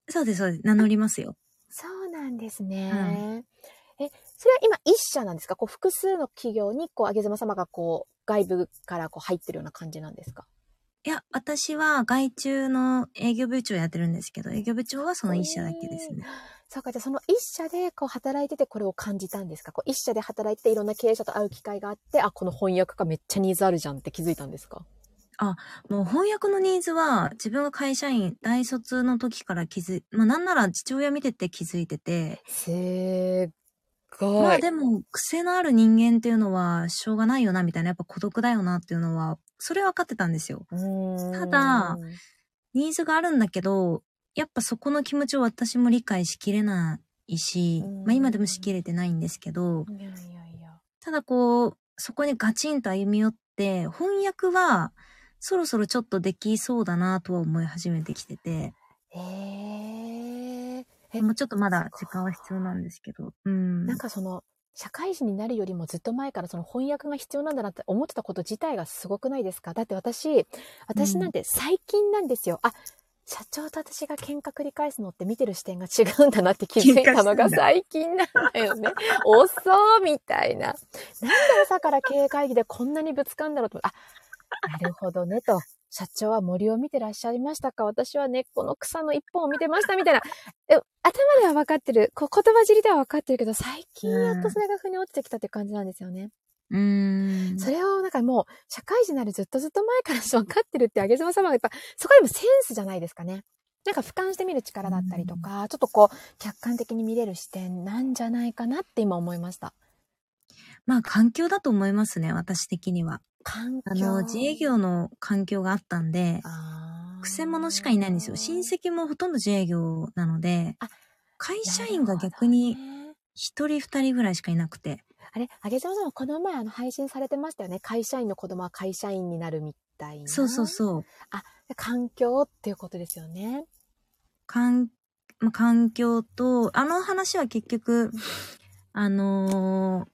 S2: そうです、そうです。名乗りますよ。
S1: そうなんですね。え、それは今一社なんですかこう複数の企業に、こう、あげずま様がこう、外部からこう入ってるような感じなんですか
S2: いや、私は外注の営業部長やってるんですけど、営業部長はその一社だけですね。
S1: そうか、じゃあその一社でこう働いててこれを感じたんですかこう一社で働いていろんな経営者と会う機会があって、あ、この翻訳家めっちゃニーズあるじゃんって気づいたんですか
S2: もう翻訳のニーズは自分が会社員、大卒の時から気づ、まあなんなら父親見てて気づいてて、
S1: すーごい。
S2: まあでも、癖のある人間っていうのは、しょうがないよな、みたいな、やっぱ孤独だよなっていうのは、それは分かってたんですよ。
S1: た
S2: ただ、ニーズがあるんだけど、やっぱそこの気持ちを私も理解しきれないし
S1: うん、
S2: まあ今でもしきれてないんですけど、
S1: いやいやいや。
S2: ただこう、そこにガチンと歩み寄って、翻訳は、そろそろちょっとできそうだなとは思い始めてきてて、
S1: えええ
S2: もうちょっとまだ時間は必要なんですけど、うん。
S1: なんかその、社会人になるよりもずっと前からその翻訳が必要なんだなって思ってたこと自体がすごくないですかだって私、私なんて最近なんですよ。あ、社長と私が喧嘩繰り返すのって見てる視点が違うんだなって気づいたの
S2: 喧嘩した
S1: が
S2: んだ
S1: 最近なんだよね。遅ーみたいな。なんで朝から経営会議でこんなにぶつかんだろうと思って。あ、なるほどねと。社長は森を見てらっしゃいましたか私は根っこの草の一本を見てましたみたいな。 <laughs> え頭では分かってる。こう言葉尻では分かってるけど、最近やっとそれが腑に落ちてきたって感じなんですよね。
S2: うん。
S1: それをなんかもう、社会人になるずっとずっと前から分かってるって、あげずま様がやっぱ、そこはでもセンスじゃないですかね。なんか俯瞰して見る力だったりとか、ちょっとこう、客観的に見れる視点なんじゃないかなって今思いました。
S2: まあ、環境だと思いますね、私的には。
S1: 環
S2: あ
S1: 境。
S2: の、自営業の環境があったんで、
S1: あー
S2: くせ者しかいないんですよ。親戚もほとんど自営業なので
S1: あ、
S2: 会社員が逆に
S1: なるほどね
S2: 一人二人ぐらいしかいなくて。
S1: あれ、あげざまさんもこの前あの配信されてましたよね。会社員の子供は会社員になるみたいな。
S2: そうそう
S1: う。
S2: そう。
S1: 環境っていうことですよね。
S2: 環、まあ、環境と、あの話は結局、あのー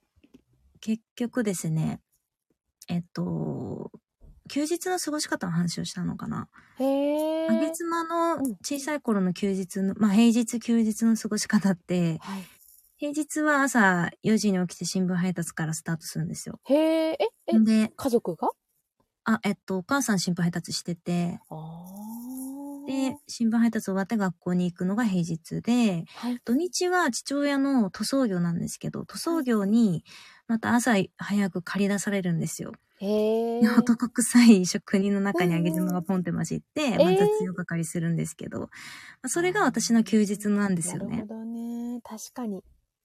S2: 結局ですね、えっと、休日の過ごし方の話をしたのかな。
S1: へえ。
S2: あげ妻の
S1: うん
S2: 小さい頃の休日の、まあ平日休日の過ごし方って、
S1: はい。
S2: 平日は朝4時に起きて新聞配達からスタートするんですよ。
S1: へえ、え、え、
S2: で、
S1: 家族が
S2: あ、えっと、お母さん新聞配達してて、
S1: あー
S2: で、新聞配達終わって学校に行くのが平日で、
S1: はい。
S2: 土日は父親の塗装業なんですけど、塗装業にまた朝早く借り出されるんですよ。
S1: へえ。
S2: 男臭い職人の中にあげ妻がポンって混じって、まあ
S1: えー
S2: 雑用係するんですけど、まあそれが私の休日なんですよね。
S1: なるほどね。確かに。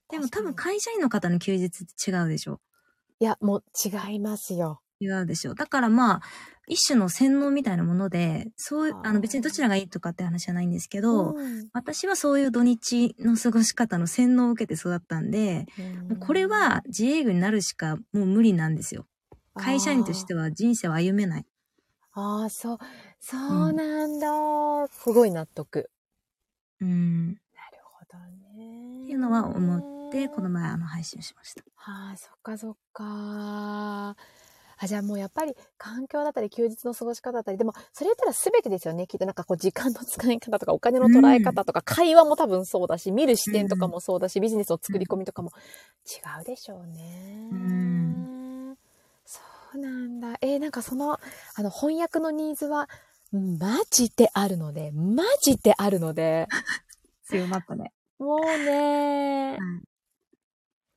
S2: でも多分
S1: 確かに
S2: 会社員の方の休日って違うでしょ
S1: いや、もう違いますよ。
S2: 違うでしょだからまあ、一種の洗脳みたいなもので、そういう
S1: あ、ー
S2: あの別にどちらがいいとかって話じゃないんですけど、
S1: うん
S2: 私はそういう土日の過ごし方の洗脳を受けて育ったんで、もうこれ、は自営業になるしかもう無理なんですよ。会社員として
S1: は。
S2: は人生を歩めない。
S1: あーあー、そう、そうなんだ。すごい納得。
S2: うん。
S1: なるほどね。
S2: っていうのは思で、この。前あの配信しました。
S1: ああ、そっかそっか。あ、じゃあもうやっぱり環境だったり休日の過ごし方だったり、でもそれ言ったら全てですよね。きっとなんかこう時間の使い方とかお金の捉え方とか、会話も多分そうだし、見る視点とかもそうだし、ビジネスの作り込みとかも違うでしょうね。
S2: うん
S1: そうなんだ。えーなんかその、あの翻訳のニーズは、マジであるので、マジであるので、
S2: 強まったね。
S1: もうね、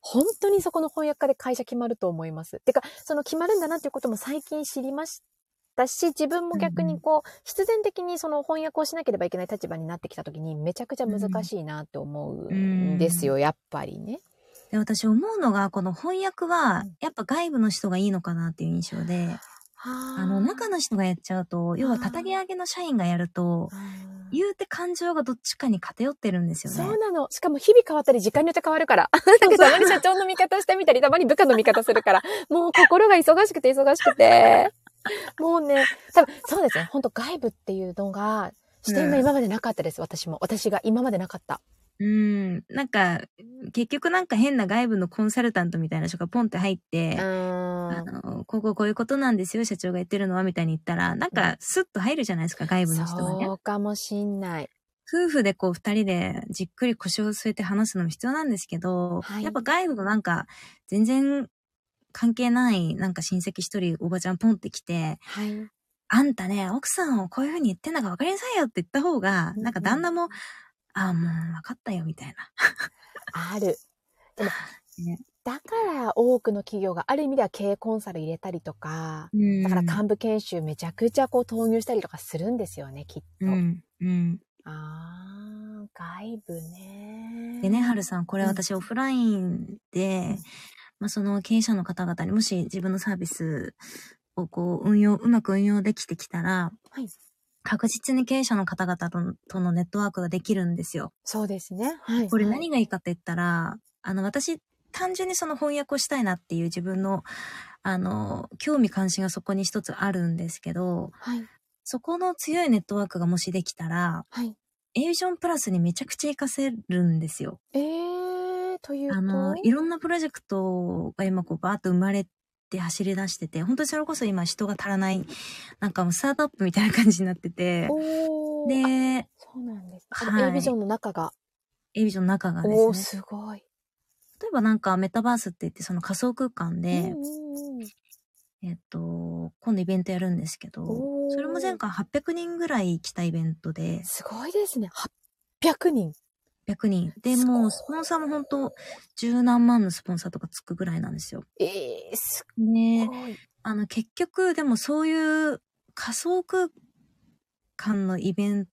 S1: 本当にそこの翻訳家で会社決まると思います。てか、その決まるんだなっていうことも最近知りましたし、自分も逆にこう、必然的にその翻訳をしなければいけない立場になってきた時に、めちゃくちゃ難しいなって思うんですよ、やっぱりね。
S2: で、私思うのが、この翻訳は
S1: うん、
S2: やっぱ外部の人がいいのかなっていう印象で、
S1: あ
S2: あの、中の人がやっちゃうと、要は叩き上げの社員がやると、言うて感情がどっちかに偏ってるんですよね。
S1: そうなの。しかも日々変わったり時間によって変わる
S2: <laughs>
S1: から。なんかたまに社長の味方してみたり、たまに部下の味方するから。もう心が忙しくて忙しくて。もうね、多分そうですね。本当外部っていうのが、視点が今までなかったです。私も。私が今までなかった。
S2: うん。なんか、結局なんか変な外部のコンサルタントみたいな人がポンって入っ
S1: う
S2: て、
S1: ー
S2: あ
S1: ん。
S2: の、こうこうこういうことなんですよ、社長が言ってるのは、みたいに言ったら、なんか、スッと入るじゃないですか、外部の人がね
S1: そ。うかもしんない。
S2: 夫婦でこう二人でじっくり腰を据えて話すのも必要なんですけど、
S1: はい
S2: やっぱ外部のなんか全然関係ないなんか親戚一人おばちゃんポンってきて、
S1: はい。
S2: あんたね、奥さんをこういうふうに言ってんだから分かりなさいよって言った方が、
S1: うん
S2: なんか旦那も、ああ、もう分かったよみたいな。
S1: ある。でも
S2: ね、
S1: だから多くの企業がある意味では経営コンサル入れたりとか、だから幹部研修めちゃくちゃこう投入したりとかするんですよね、きっと。
S2: うん。うん。
S1: あー、外部ね。
S2: でね、はるさん、これ
S1: うん
S2: 私オフラインで、まあ、その経営者の方々にもし自分のサービスをこう運用、うまく運用できてきたら、
S1: はい
S2: 確実に経営者の方々とのとのネットワークができるんですよ。
S1: そうですね。はい。
S2: これ
S1: はい
S2: 何がいいかって言ったら、あの、私、単純にその翻訳をしたいなっていう自分の、あの、興味関心がそこに一つあるんですけど、
S1: はい。
S2: そこの強いネットワークがもしできたら、
S1: はい。
S2: エージョンプラスにめちゃくちゃ活かせるんですよ。
S1: えー、というと。
S2: あの、いろんなプロジェクトが今こうバーッと生まれて走り出してて、本当にそれこそ今人が足らない、なんかもうスタートアップみたいな感じになってて、
S1: おー。あ
S2: で、
S1: そうなんです。
S2: はい
S1: はい。A ビジョンの中が。
S2: エビジョンの中がで
S1: おー、
S2: す
S1: す
S2: ね、
S1: ごい。
S2: 例えばなんかメタバースって言ってその仮想空間で
S1: う、んうんうん
S2: えっと、今度イベントやるんですけ
S1: お
S2: ど
S1: ー、
S2: それも前回800人ぐらい来たイベントです
S1: ごいですね。800人。
S2: 100人。で、
S1: すごい
S2: もうスポンサーも本当十何万のスポンサーとかつくぐらいなんですよ。
S1: えー、す
S2: ね
S1: ごい。
S2: あの、結局、でもそういう仮想空間のイベン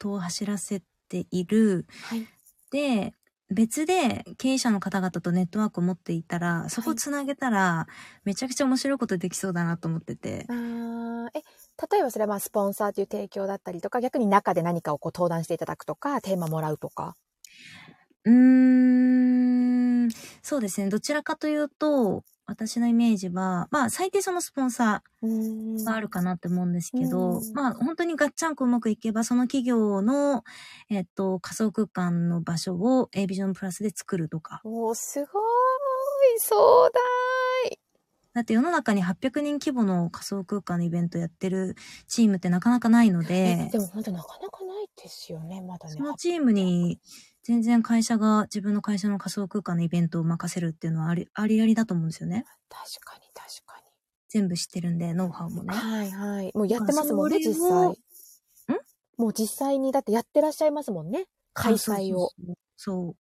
S2: トを走らせている。
S1: はい。
S2: で、別で経営者の方々とネットワークを持っていたら、そこつなげたら、めちゃくちゃ面白いことできそうだなと思ってて。
S1: あーえ、例えばそれはまあスポンサーという提供だったりとか、逆に中で何かをこう登壇していただくとか、テーマもらうとか。
S2: うーん、そうですね。どちらかというと、私のイメージは、まあ、最低そのスポンサ
S1: うーん
S2: ーがあるかなって思うんですけど、
S1: うん
S2: まあ、本当にガッチャンコうまくいけば、その企業の、えっと、仮想空間の場所を A ビジョンプラスで作るとか。
S1: おーすごーい、壮大。
S2: だって世の中に800人規模の仮想空間のイベントやってるチームってなかなかないので
S1: え、でも本当なかなかないですよね、まだね。
S2: そのチームに全然会社が自分の会社の仮想空間のイベントを任せるっていうのはあり、ありありだと思うんですよね。
S1: 確かに確かに。
S2: 全部知ってるんで、ノウハウもね。
S1: はいはい。もうやってますもんね、
S2: それ
S1: 実
S2: を
S1: 際。
S2: ん
S1: もう実際に、だってやってらっしゃいますもんね。開催を。
S2: そうそうそう。そう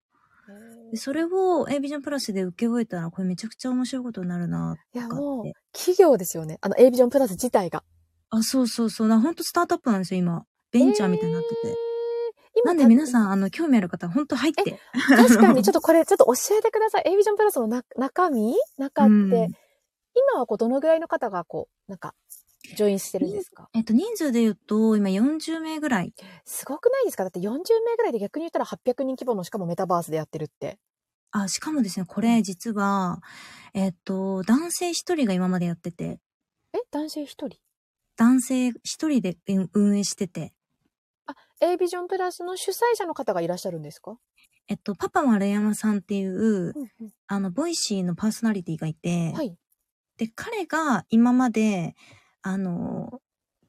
S1: へー
S2: でそれを A ビジョンプラスで受け終えたら、これめちゃくちゃ面白いことになるな、
S1: いや、
S2: とかっ
S1: もう
S2: て。、
S1: 企業ですよね。あの、A ビジョンプラス自体が。
S2: あ、そうそうそう。なほんとスタートアップなんですよ、今。ベンチャーみたいになって
S1: えー
S2: て。
S1: 今
S2: なんで皆さ
S1: ん。
S2: ん、あの、興味ある方、ほんと入って。
S1: 確
S2: <laughs>
S1: かに、ちょっとこれ、ちょっと教えてください。A ビジョンプラスのな中身中って、
S2: うん
S1: 今はこう、どのぐらいの方がこう、なんか、ジョインしてるんですか
S2: えっと、人数で言うと、今40名ぐらい。
S1: すごくないですかだって40名ぐらいで逆に言ったら800人規模の、しかもメタバースでやってるって。
S2: あ、しかもですね、これ実は、えっと、男性一人が今までやってて、
S1: え男性1人
S2: 男性一人で運運営してて、
S1: ?A ビジョンプラスの主催者の方がいらっしゃるんですか
S2: えっと、パパ丸山さんっていう、あの、ボイシーのパーソナリティがいて、
S1: はい。
S2: で、彼が今まで、あの、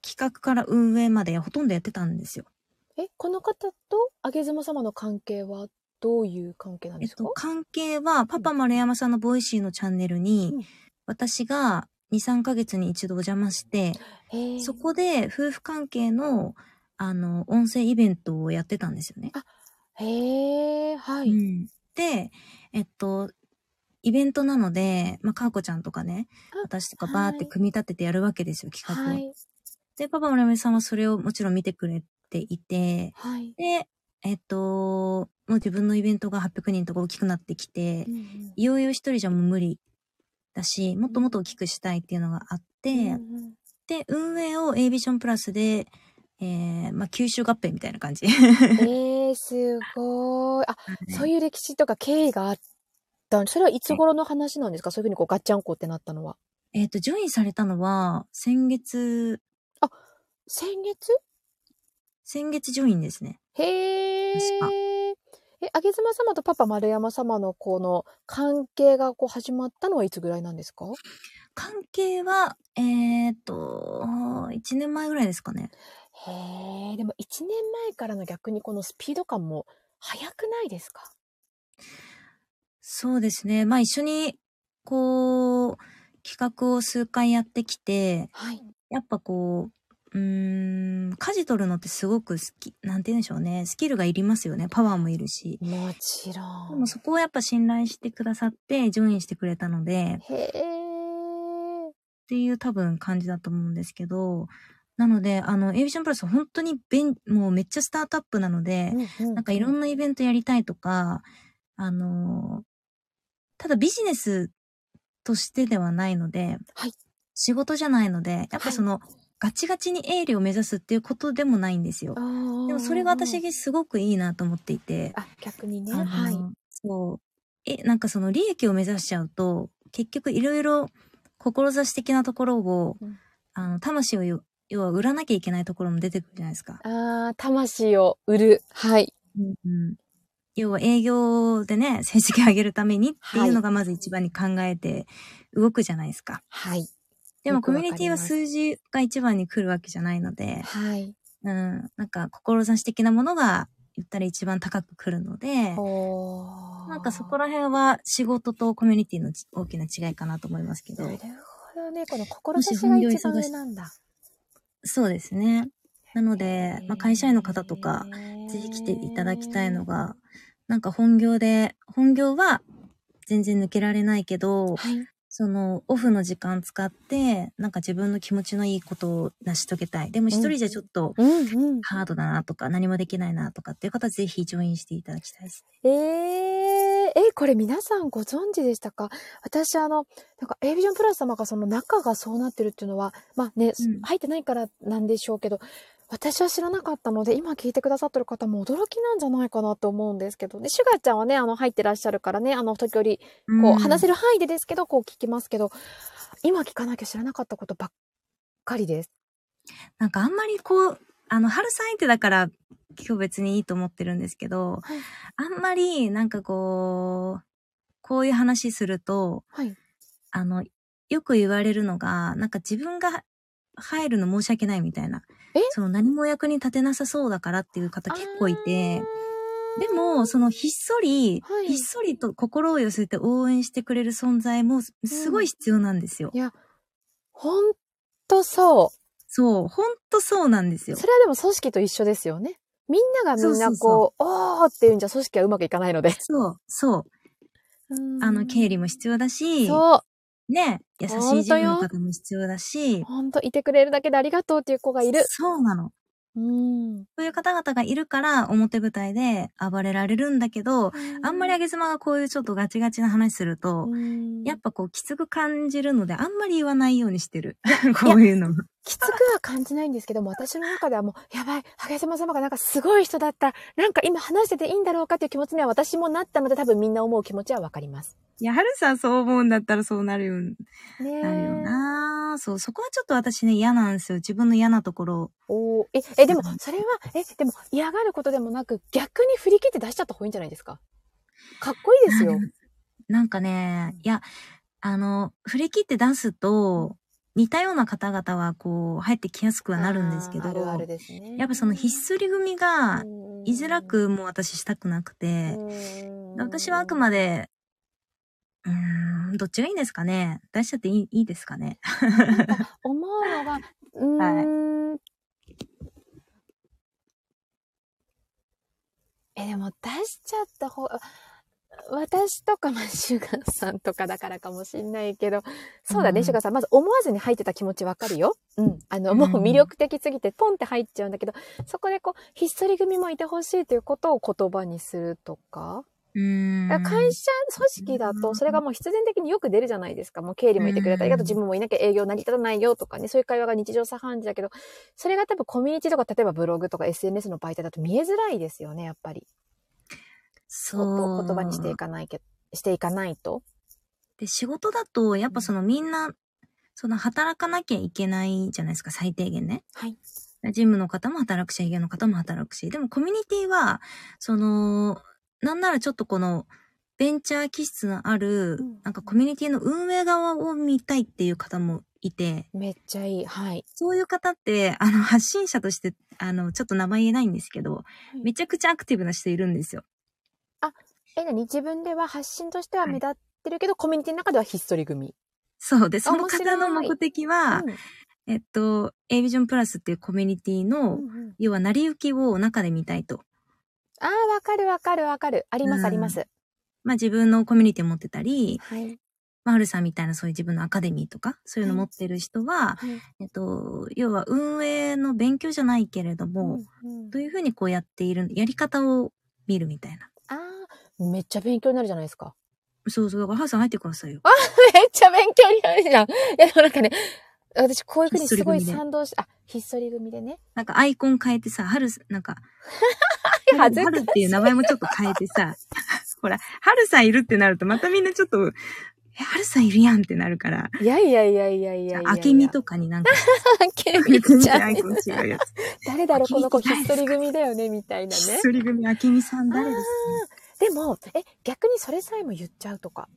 S2: 企画から運営までほとんどやってたんですよ。
S1: え、この方と、あげずま様の関係はどういう関係なん
S2: え
S1: で
S2: っ
S1: すか、
S2: と、関係は、パパ丸山さんのボイシーのチャンネルに、
S1: うん
S2: 私が2、3ヶ月に一度お邪魔して、
S1: えー
S2: そこで夫婦関係の、あの、音声イベントをやってたんですよね。
S1: へえ、は
S2: う
S1: い。
S2: んで、えっと、イベントなので、まあ、かーこちゃんとかね
S1: あ、
S2: 私とかバーって
S1: はい
S2: 組み立ててやるわけですよ、企画を。
S1: はい。
S2: で、パパ村上さんはそれをもちろん見てくれていて、
S1: はい。
S2: で、えっと、もう自分のイベントが800人とか大きくなってきて
S1: う、んうん
S2: いよいよ一人じゃもう無理だし、もっともっと大きくしたいっていうのがあって、
S1: うんうん
S2: で、運営を A ビジョンプラスで、えー、まあ、吸収合併みたいな感じ。
S1: えー、すごい。あ、そういう歴史とか経緯があったんそれはいつ頃の話なんですかそういうふうにこうガッチャンコってなったのは。
S2: えっ、と、ジョインされたのは、先月、
S1: 先月
S2: 先月ジョインですね。
S1: へえ。
S2: 確か
S1: え、あげずま様とパパ丸山様のこの関係がこう始まったのはいつぐらいなんですか
S2: 関係は、えっ、と、1年前ぐらいですかね。
S1: へえ、でも1年前からの逆にこのスピード感も速くないですか
S2: そうですね。まあ、一緒に、こう、企画を数回やってきて、
S1: はい。
S2: やっぱこう、うーん、舵取るのってすごく好き、なんて言うんでしょうね。スキルがいりますよね。パワーもいるし。
S1: もちろん。
S2: でもそこをやっぱ信頼してくださって、ジョインしてくれたので、
S1: へえ。
S2: っていう多分感じだと思うんですけど、なので、あの、エビジョンプラス本当に便、もうめっちゃスタートアップなので、
S1: な
S2: なんかいろ
S1: な。
S2: んなイベントやりたいとか、あの、ただビジネスとしてではないので、
S1: はい
S2: 仕事じゃないので、やっぱその、ガチガチに営利を目指すっていうことでもないんですよ。でもそれが私
S1: が。
S2: がすごくいいなと思っていて、
S1: あ、逆にね。
S2: あの
S1: はい。
S2: そう。え、なんかその利益を目指しちゃうと、結局いろいろ志的なところを、
S1: うん
S2: あの、魂をよ要は売らなきゃいけないところも出てくるじゃないですか。
S1: ああ、魂を売る。はい。
S2: うん要は営業でね、成績を上げるためにっていうのがまず一番に考えて動くじゃないですか。
S1: はい。
S2: で
S1: よ
S2: も
S1: く
S2: コ
S1: わ
S2: ミ
S1: か
S2: ュ
S1: り
S2: ニティは
S1: ます
S2: 数字が一番に来るわけじゃないので、
S1: はい。
S2: うん、なんか志的なものが言ったら一番高く来るので、
S1: おー
S2: なんかそこら辺は仕事とコミュニティのち大きな違いかなと思いますけど
S1: な。るほどね。この志が一番上なんだ。
S2: そうですね。なので、まあ、会社員の方とか、
S1: へー、
S2: ぜひ来ていただきたいのが、なんか本業で、本業は全然抜けられないけど、
S1: はい。
S2: そのオフの時間使って、なんか自分の気持ちのいいことを成し遂げたい。でも一人じゃちょっと
S1: うんうん。
S2: ハードだなとか、何もできないなとかっていう方、ぜひジョインしていただきたいです。
S1: えー、え、これ皆さんご存知でしたか私あの、なんか A ビジョンプラス様がその中がそうなってるっていうのは、まあね、
S2: うん
S1: 入ってないからなんでしょうけど、私は知らなかったので、今聞いてくださってる方も驚きなんじゃないかなと思うんですけどね。シュガーちゃんはね、あの、入ってらっしゃるからね、あの、時折、こう、話せ
S2: る。
S1: る範囲でですけど、こう聞きますけど、今聞かなきゃ知らなかったことばっかりです。
S2: なんかあんまりこう、あの、春さん相手だから、今日別にいいと思ってるんですけど、
S1: はい
S2: あんまり、なんかこう、こういう話すると、
S1: はい。
S2: あの、よく言われるのが、なんか自分が入るの申し訳ないみたいな
S1: え。
S2: その何も役に立てなさそうだからっていう方結構いて、でも、そのひっそり、
S1: はい
S2: ひっそりと心を寄せて応援してくれる存在もすすごい必要なんですよ。
S1: いや、ほんとそう。
S2: そう、ほんとそうなんですよ
S1: そ。れはでも組織と一緒ですよね。みんながみんなこう、おーっていうんじゃ組織はうまくいかないので。
S2: そう、そう。あの、経理も必要だし、
S1: そう。
S2: ね、優しい
S1: ほん
S2: 自
S1: と
S2: 分
S1: よ
S2: の方も必要だし、
S1: ほんと、いてくれるだけでありがとうっていう子がいる。
S2: そうなの。
S1: うん。
S2: そういう方々がいるから、表舞台で暴れられるんだけど、あんまりあげ妻がこういうちょっとガチガチな話すると、
S1: うん
S2: やっぱこうきつく感じるので、あんまり言わないようにしてる。 <laughs> こういうの。
S1: きつくは感じないんですけども、私の中ではもう、やばい、萩島様がなんかすごい人だった。なんか今話してていいんだろうかっていう気持ちには私もなったので、多分みんな思う気持ちはわかります。
S2: いや、はるさんそう思うんだったらそうなるよ、
S1: ねえ
S2: なるよなそう、そこはちょっと私ね、嫌なんですよ。自分の嫌なところを。
S1: おーえ、え、でも、それは、え、でも嫌がることでもなく、逆に振り切って出しちゃった方がいいんじゃないですかかっこいいですよ。
S2: なんかね、いや、あの、振り切って出すと、似たような方々はこう、入ってきやすくはなるんですけど、
S1: あーあるあるですね。
S2: やっぱそのひっそり組が、居づらくもう私したくなくて、私はあくま
S1: で。
S2: で、うーん、どっちがいいんですかね出しちゃっていいいいですかね
S1: なんか思うのが、うーん。え、でも出しちゃった方、私とか、まあ、シュガーさんとかだからかもしんないけど、そうだね、
S2: うん
S1: シュガーさん。まず思わずに入ってた気持ちわかるよ。うん。あの、もう
S2: うん
S1: 魅力的すぎて、ポンって入っちゃうんだけど、そこでこう、ひっそり組もいてほしいということを言葉にするとか。
S2: うーん。
S1: だから会社組織だ
S2: う
S1: と
S2: ん
S1: それがもう必然的によく出るじゃないですかもう経理もいてくれたり
S2: うん
S1: あと自分もいなきゃ営業成り立たないよとかねそういう会話が日常茶飯事だけどそれが多分コミュニティとか例えばブログとか SNS の媒体だと見えづらいですよねやっぱり
S2: そ
S1: こう言葉にしてい
S2: く。
S1: かないけしていかないと
S2: で、仕事だと、やっぱそのみんな、その働かなきゃいけないじゃないですか、最低限ね。
S1: はい
S2: ジムの方も働くし、営業の方も働くし。でもコミュニティは、その、なんならちょっとこの、ベンチャー気質のある
S1: うん、
S2: なんかコミュニティの運営側を見たいっていう方もいて、
S1: めっちゃいいはい
S2: そういう方って、あの、発信者として、あの、ちょっと名前言えないんですけど、
S1: い
S2: めちゃくちゃアクティブな人いるんですよ。
S1: え何自分では発信としては目立ってるけど、コミュニティの中ではひっそり組、
S2: そう。で、その
S1: 面白い
S2: 方の目的は、
S1: うん
S2: えっと、A Vision Plus っていうコミュニティ
S1: うん
S2: の、
S1: うん
S2: 要は成り行きを中で見たいと。
S1: ああわかるわかるわかるあります、
S2: うん
S1: あります
S2: まあ自分のコミュニティを持ってたり、
S1: はい、
S2: まあ、はるさんみたいなそういう自分のアカデミーとか、そういうの持ってる人は、
S1: はい
S2: えっと、要は運営の勉強じゃないけれども、
S1: うんうん
S2: どういうふうにこうやっている、やり方を見るみたいな。
S1: ああめっちゃ勉強になるじゃないですか
S2: そうそう、だからはるさん入ってくださいよ。
S1: めっちゃ勉強になるじゃん。いや、でもなんかね、私こういうふうにすごい
S2: ひっそり組で
S1: 賛同し、あ、ひっそり組でね。
S2: なんかアイコン変えてさ、はる、なんか、
S1: いや恥ず
S2: は
S1: かし
S2: る
S1: い
S2: っていう名前もちょっと変えてさ、 <laughs> ほら、はるさんいるってなると、またみんなちょっと、え、はるさんいるやんってなるから、
S1: いやいやいやいやい
S2: じ
S1: や
S2: ゃ
S1: いや。
S2: あ、あけみ。とか
S1: <laughs>
S2: になんか、
S1: あけみちゃ
S2: ア
S1: ん
S2: <laughs> イ。コン違うやつ。
S1: 誰だろう、この子、
S2: あけ
S1: ひ
S2: み
S1: っそり組だよね、みたいなね。
S2: 一人組、あけみさん誰です
S1: でも、え、逆にそれさえも言っちゃうとか。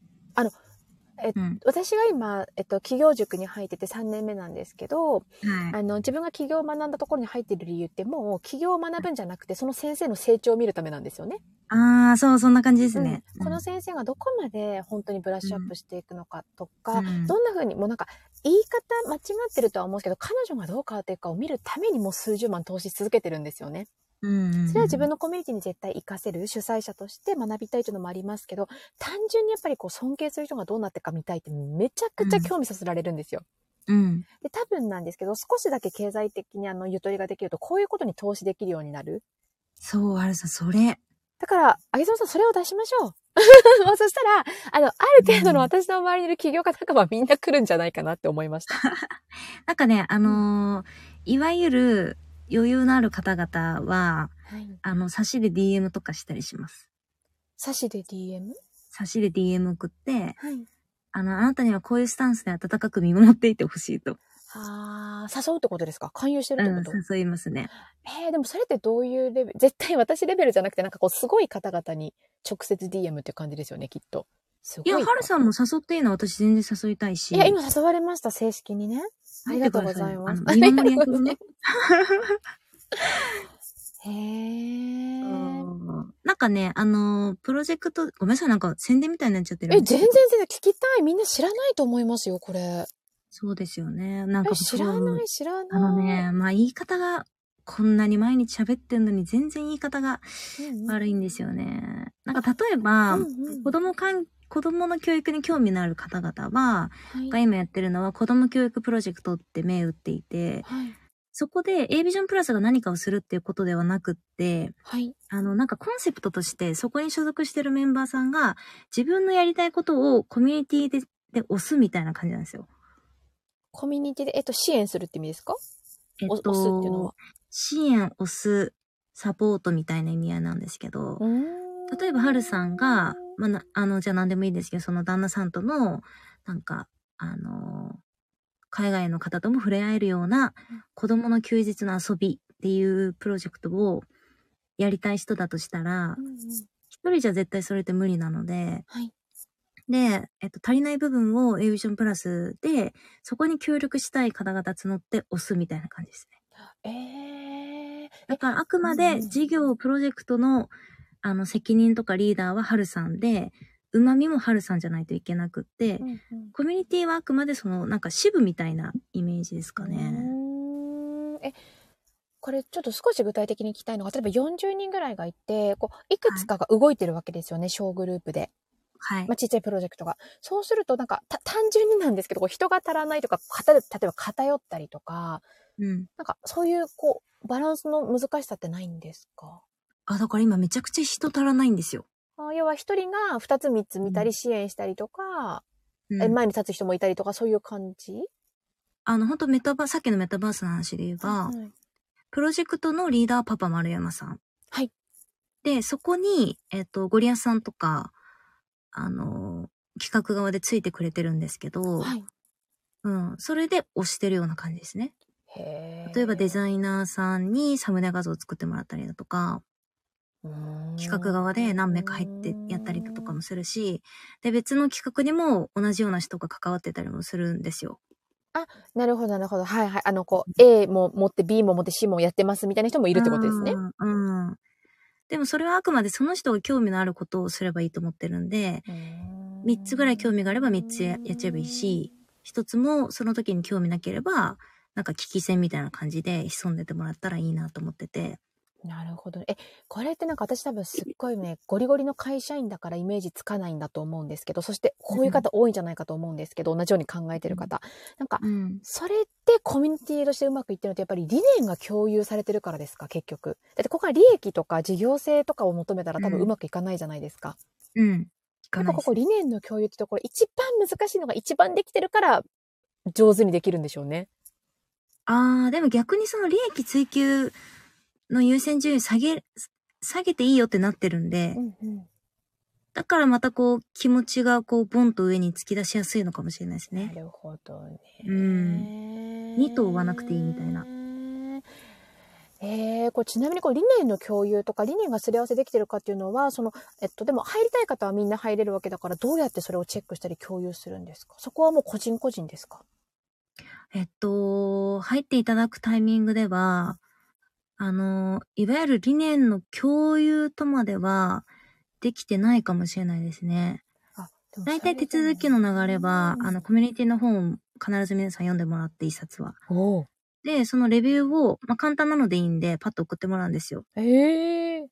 S2: かね
S1: 私が今、えっと、企業塾に入ってて3年目なんですけど、
S2: うん。はい。
S1: あの、自分が企業を学んだところに入ってる理由ってもう、企業を学ぶんじゃなくて、その先生の成長を見るためなんですよね。
S2: ああ、そう、そんな感じですね。
S1: うんこの先生がどこまで本当にブラッシュアップしていくのかとか、
S2: うん
S1: どんな風にもうなんか言い方間違ってるとは思うんですけど彼女がどう変わっていくかを見るためにもう数十万投資し続けてるんですよね。
S2: うんうんうん
S1: それは自分のコミュニティに絶対活かせる主催者として学びたいというのもありますけど単純にやっぱりこう尊敬する人がどうなってか見たいってめちゃくちゃ興味そそられるんですよ。
S2: うん。
S1: で多分なんですけど少しだけ経済的にあのゆとりができるとこういうことに投資できるようになる。
S2: そう、はるさん、それ。
S1: だから、あげぞうさんそれを出しましょう。 <laughs> もうそしたら、あの、ある程度の私の周りにいる起業家仲間みんな来るんじゃないかなって思いました。
S2: なんかね、あのーいわゆる余裕のある方々は、
S1: はい。
S2: あの、差しで DM とかしたりします。
S1: サシで DM?
S2: 差しで DM 送って、
S1: はい。
S2: あの、あなたにはこういうスタンスで温かく見守っていてほしいと。
S1: あー誘うってことですか勧誘してる
S2: う
S1: って
S2: ん
S1: こと、、
S2: 誘いますね。
S1: えー、でもそれってどういうレベ <laughs> ル絶対私レベルじゃなくて、なんかこう、すごい方々に直接 DM って感じですよね、きっと。す
S2: い
S1: ごい
S2: や、
S1: 方。
S2: はるさんも誘っていいの私全然誘いたいし。
S1: いや、今誘われました、正式にね。ありがとうございます。
S2: あの見守り役ね
S1: <laughs> へえ。
S2: うんなんかね、あのー、プロジェクト、ごめんなさい、なんか宣伝みたいになっちゃってる。
S1: え、全然全然聞きたい。みんな知らないと思いますよ、これ。
S2: そうですよね。なん
S1: え
S2: か、
S1: 知らない、知らない。
S2: あのね、まあ言い方が、こんなに毎日喋ってんのに全然言い方が
S1: うんうん、
S2: 悪いんですよね。なんか例えば、
S1: うんうん
S2: 子供かん、子供の教育に興味のある方々
S1: は
S2: は、
S1: い
S2: が今やってるのは子供教育プロジェクトって銘打っていて、
S1: はい。
S2: そこで A ビジョンプラスが何かをするっていうことではなくって、
S1: はい。
S2: あの、なんかコンセプトとして、そこに所属してるメンバーさんが、自分のやりたいことをコミュニティで、で押すみたいな感じなんですよ。
S1: コミュニティで、えっと、支援するって意味ですか、
S2: えっ
S1: お押すっていうのは。
S2: 支援、押す、サポートみたいな意味合いなんですけど、例えば、はるさんが、まあな、あの、じゃあ何でもいいですけど、その旦那さんとの、なんか、あの、海外の方とも触れ合えるような子供の休日の遊びっていうプロジェクトをやりたい人だとしたら
S1: う、んうん
S2: 一人じゃ絶対それって無理なので、
S1: はい
S2: で、えっと、足りない部分を A ビジョンプラスで、そこに協力したい方々募って押すみたいな感じですね。
S1: えー、
S2: だからあくま
S1: うんう
S2: で
S1: ん
S2: 事業、プロジェクトの、あの、責任とかリーダーはハルさんで、旨味もハルさんじゃないといけなくって
S1: う、んうん
S2: コミュニティはあくまでその、なんか支部みたいなイメージですか
S1: う
S2: ね。
S1: ーんえこれちょっと少し具体的に聞きたいのが例えば40人ぐらいがいてこういくつかが動いてるわけですよね、小グループで、
S2: はい
S1: まあ、。ちっちゃいプロジェクトがそうするとなんかた単純になんですけどこう人が足らないとか片で例えば偏ったりとか
S2: うん。
S1: なんかそういうこうバランスの難しさってないんですか
S2: あ、だから今めちゃくちゃ人足らないんですよ。
S1: あ要は一人が2つ3つ見た
S2: う
S1: り
S2: ん
S1: 支援したりとか、
S2: うん
S1: え前に立つ人もいたりとかそういう感じ、
S2: あの、本当メタバース、さっきのメタバースの話で言えば、
S1: はい
S2: プロジェクトのリーダーパパ丸山さん。
S1: はい。
S2: で、そこに、えっ、と、ゴリアスさんとか、あのー企画側でついてくれてるんですけど、
S1: はい、
S2: うん。それで押してるような感じですね。
S1: へ
S2: 例えばデ
S1: イ
S2: ザイナーさんにサムネ画像を作ってもらったりだとか、
S1: ン
S2: 企画側で何名か入ってやったりだとかもするし、で、別の企画にも同じような人が関わってたりもするんですよ。
S1: なるほど、なるほど。はいはい。あの、こう、A も持って B も持って C もやってますみたいな人もい
S2: い
S1: るってことですね。。
S2: うん。でもそれはあくまでその人が興味のあることをすればいいと思ってるんで、3つぐらい興味があれば3つややっちゃえばいいし、1つもその時に興味なければ、なんか危機戦みたいな感じで潜んでてもらったらいいなと思ってて。
S1: なるほど。え、これってなんか私多分すっごいね、ゴリゴリの会社員だからイメージつかないんだと思うんですけど、そしてこういう方多いんじゃないかと思うんですけど、同じように考えてる方。なんか、
S2: うん。
S1: それってコミュニティとしてうまくいってるのってやっぱり理念が共有されてるからですか、結局。だってここは利益とか事業性とかを求めたら多分うまくいかないじゃないですか。
S2: うん。聞
S1: や
S2: か
S1: っ
S2: な
S1: ぱ
S2: いで
S1: こ
S2: す
S1: こ理念の共有ってところ一番難しいのが一番できてるから上手にできるんでしょうね。
S2: ああ、でも逆にその利益追求の優先順位下げ、下げていいよってなってるんで、だからまたこう気持ちがこうボンと上に突き出しやすいのかもしれないです
S1: な
S2: ね。
S1: るほどね。
S2: うん二頭追わなくていいみたいな。
S1: えー、これちなみにこう理念の共有とか理念がすり合わせできてるかっていうのはその、えっと、でも入りたい方はみんな入れるわけだからどうやってそれをチェックしたり共有するんですかそこはもう個人個人ですか
S2: えっと、入っていただくタイミングでは、あの、いわゆる理念の共有とまではできてないかもしれないですね。
S1: あでも
S2: 大体手続きの流れは、あの、コミュニティの本を必ず皆さん読んでもらって、一冊は。
S1: お
S2: で、そのレビューを、まあ、簡単なのでいいんで、パッと送ってもらうんですよ。
S1: ええ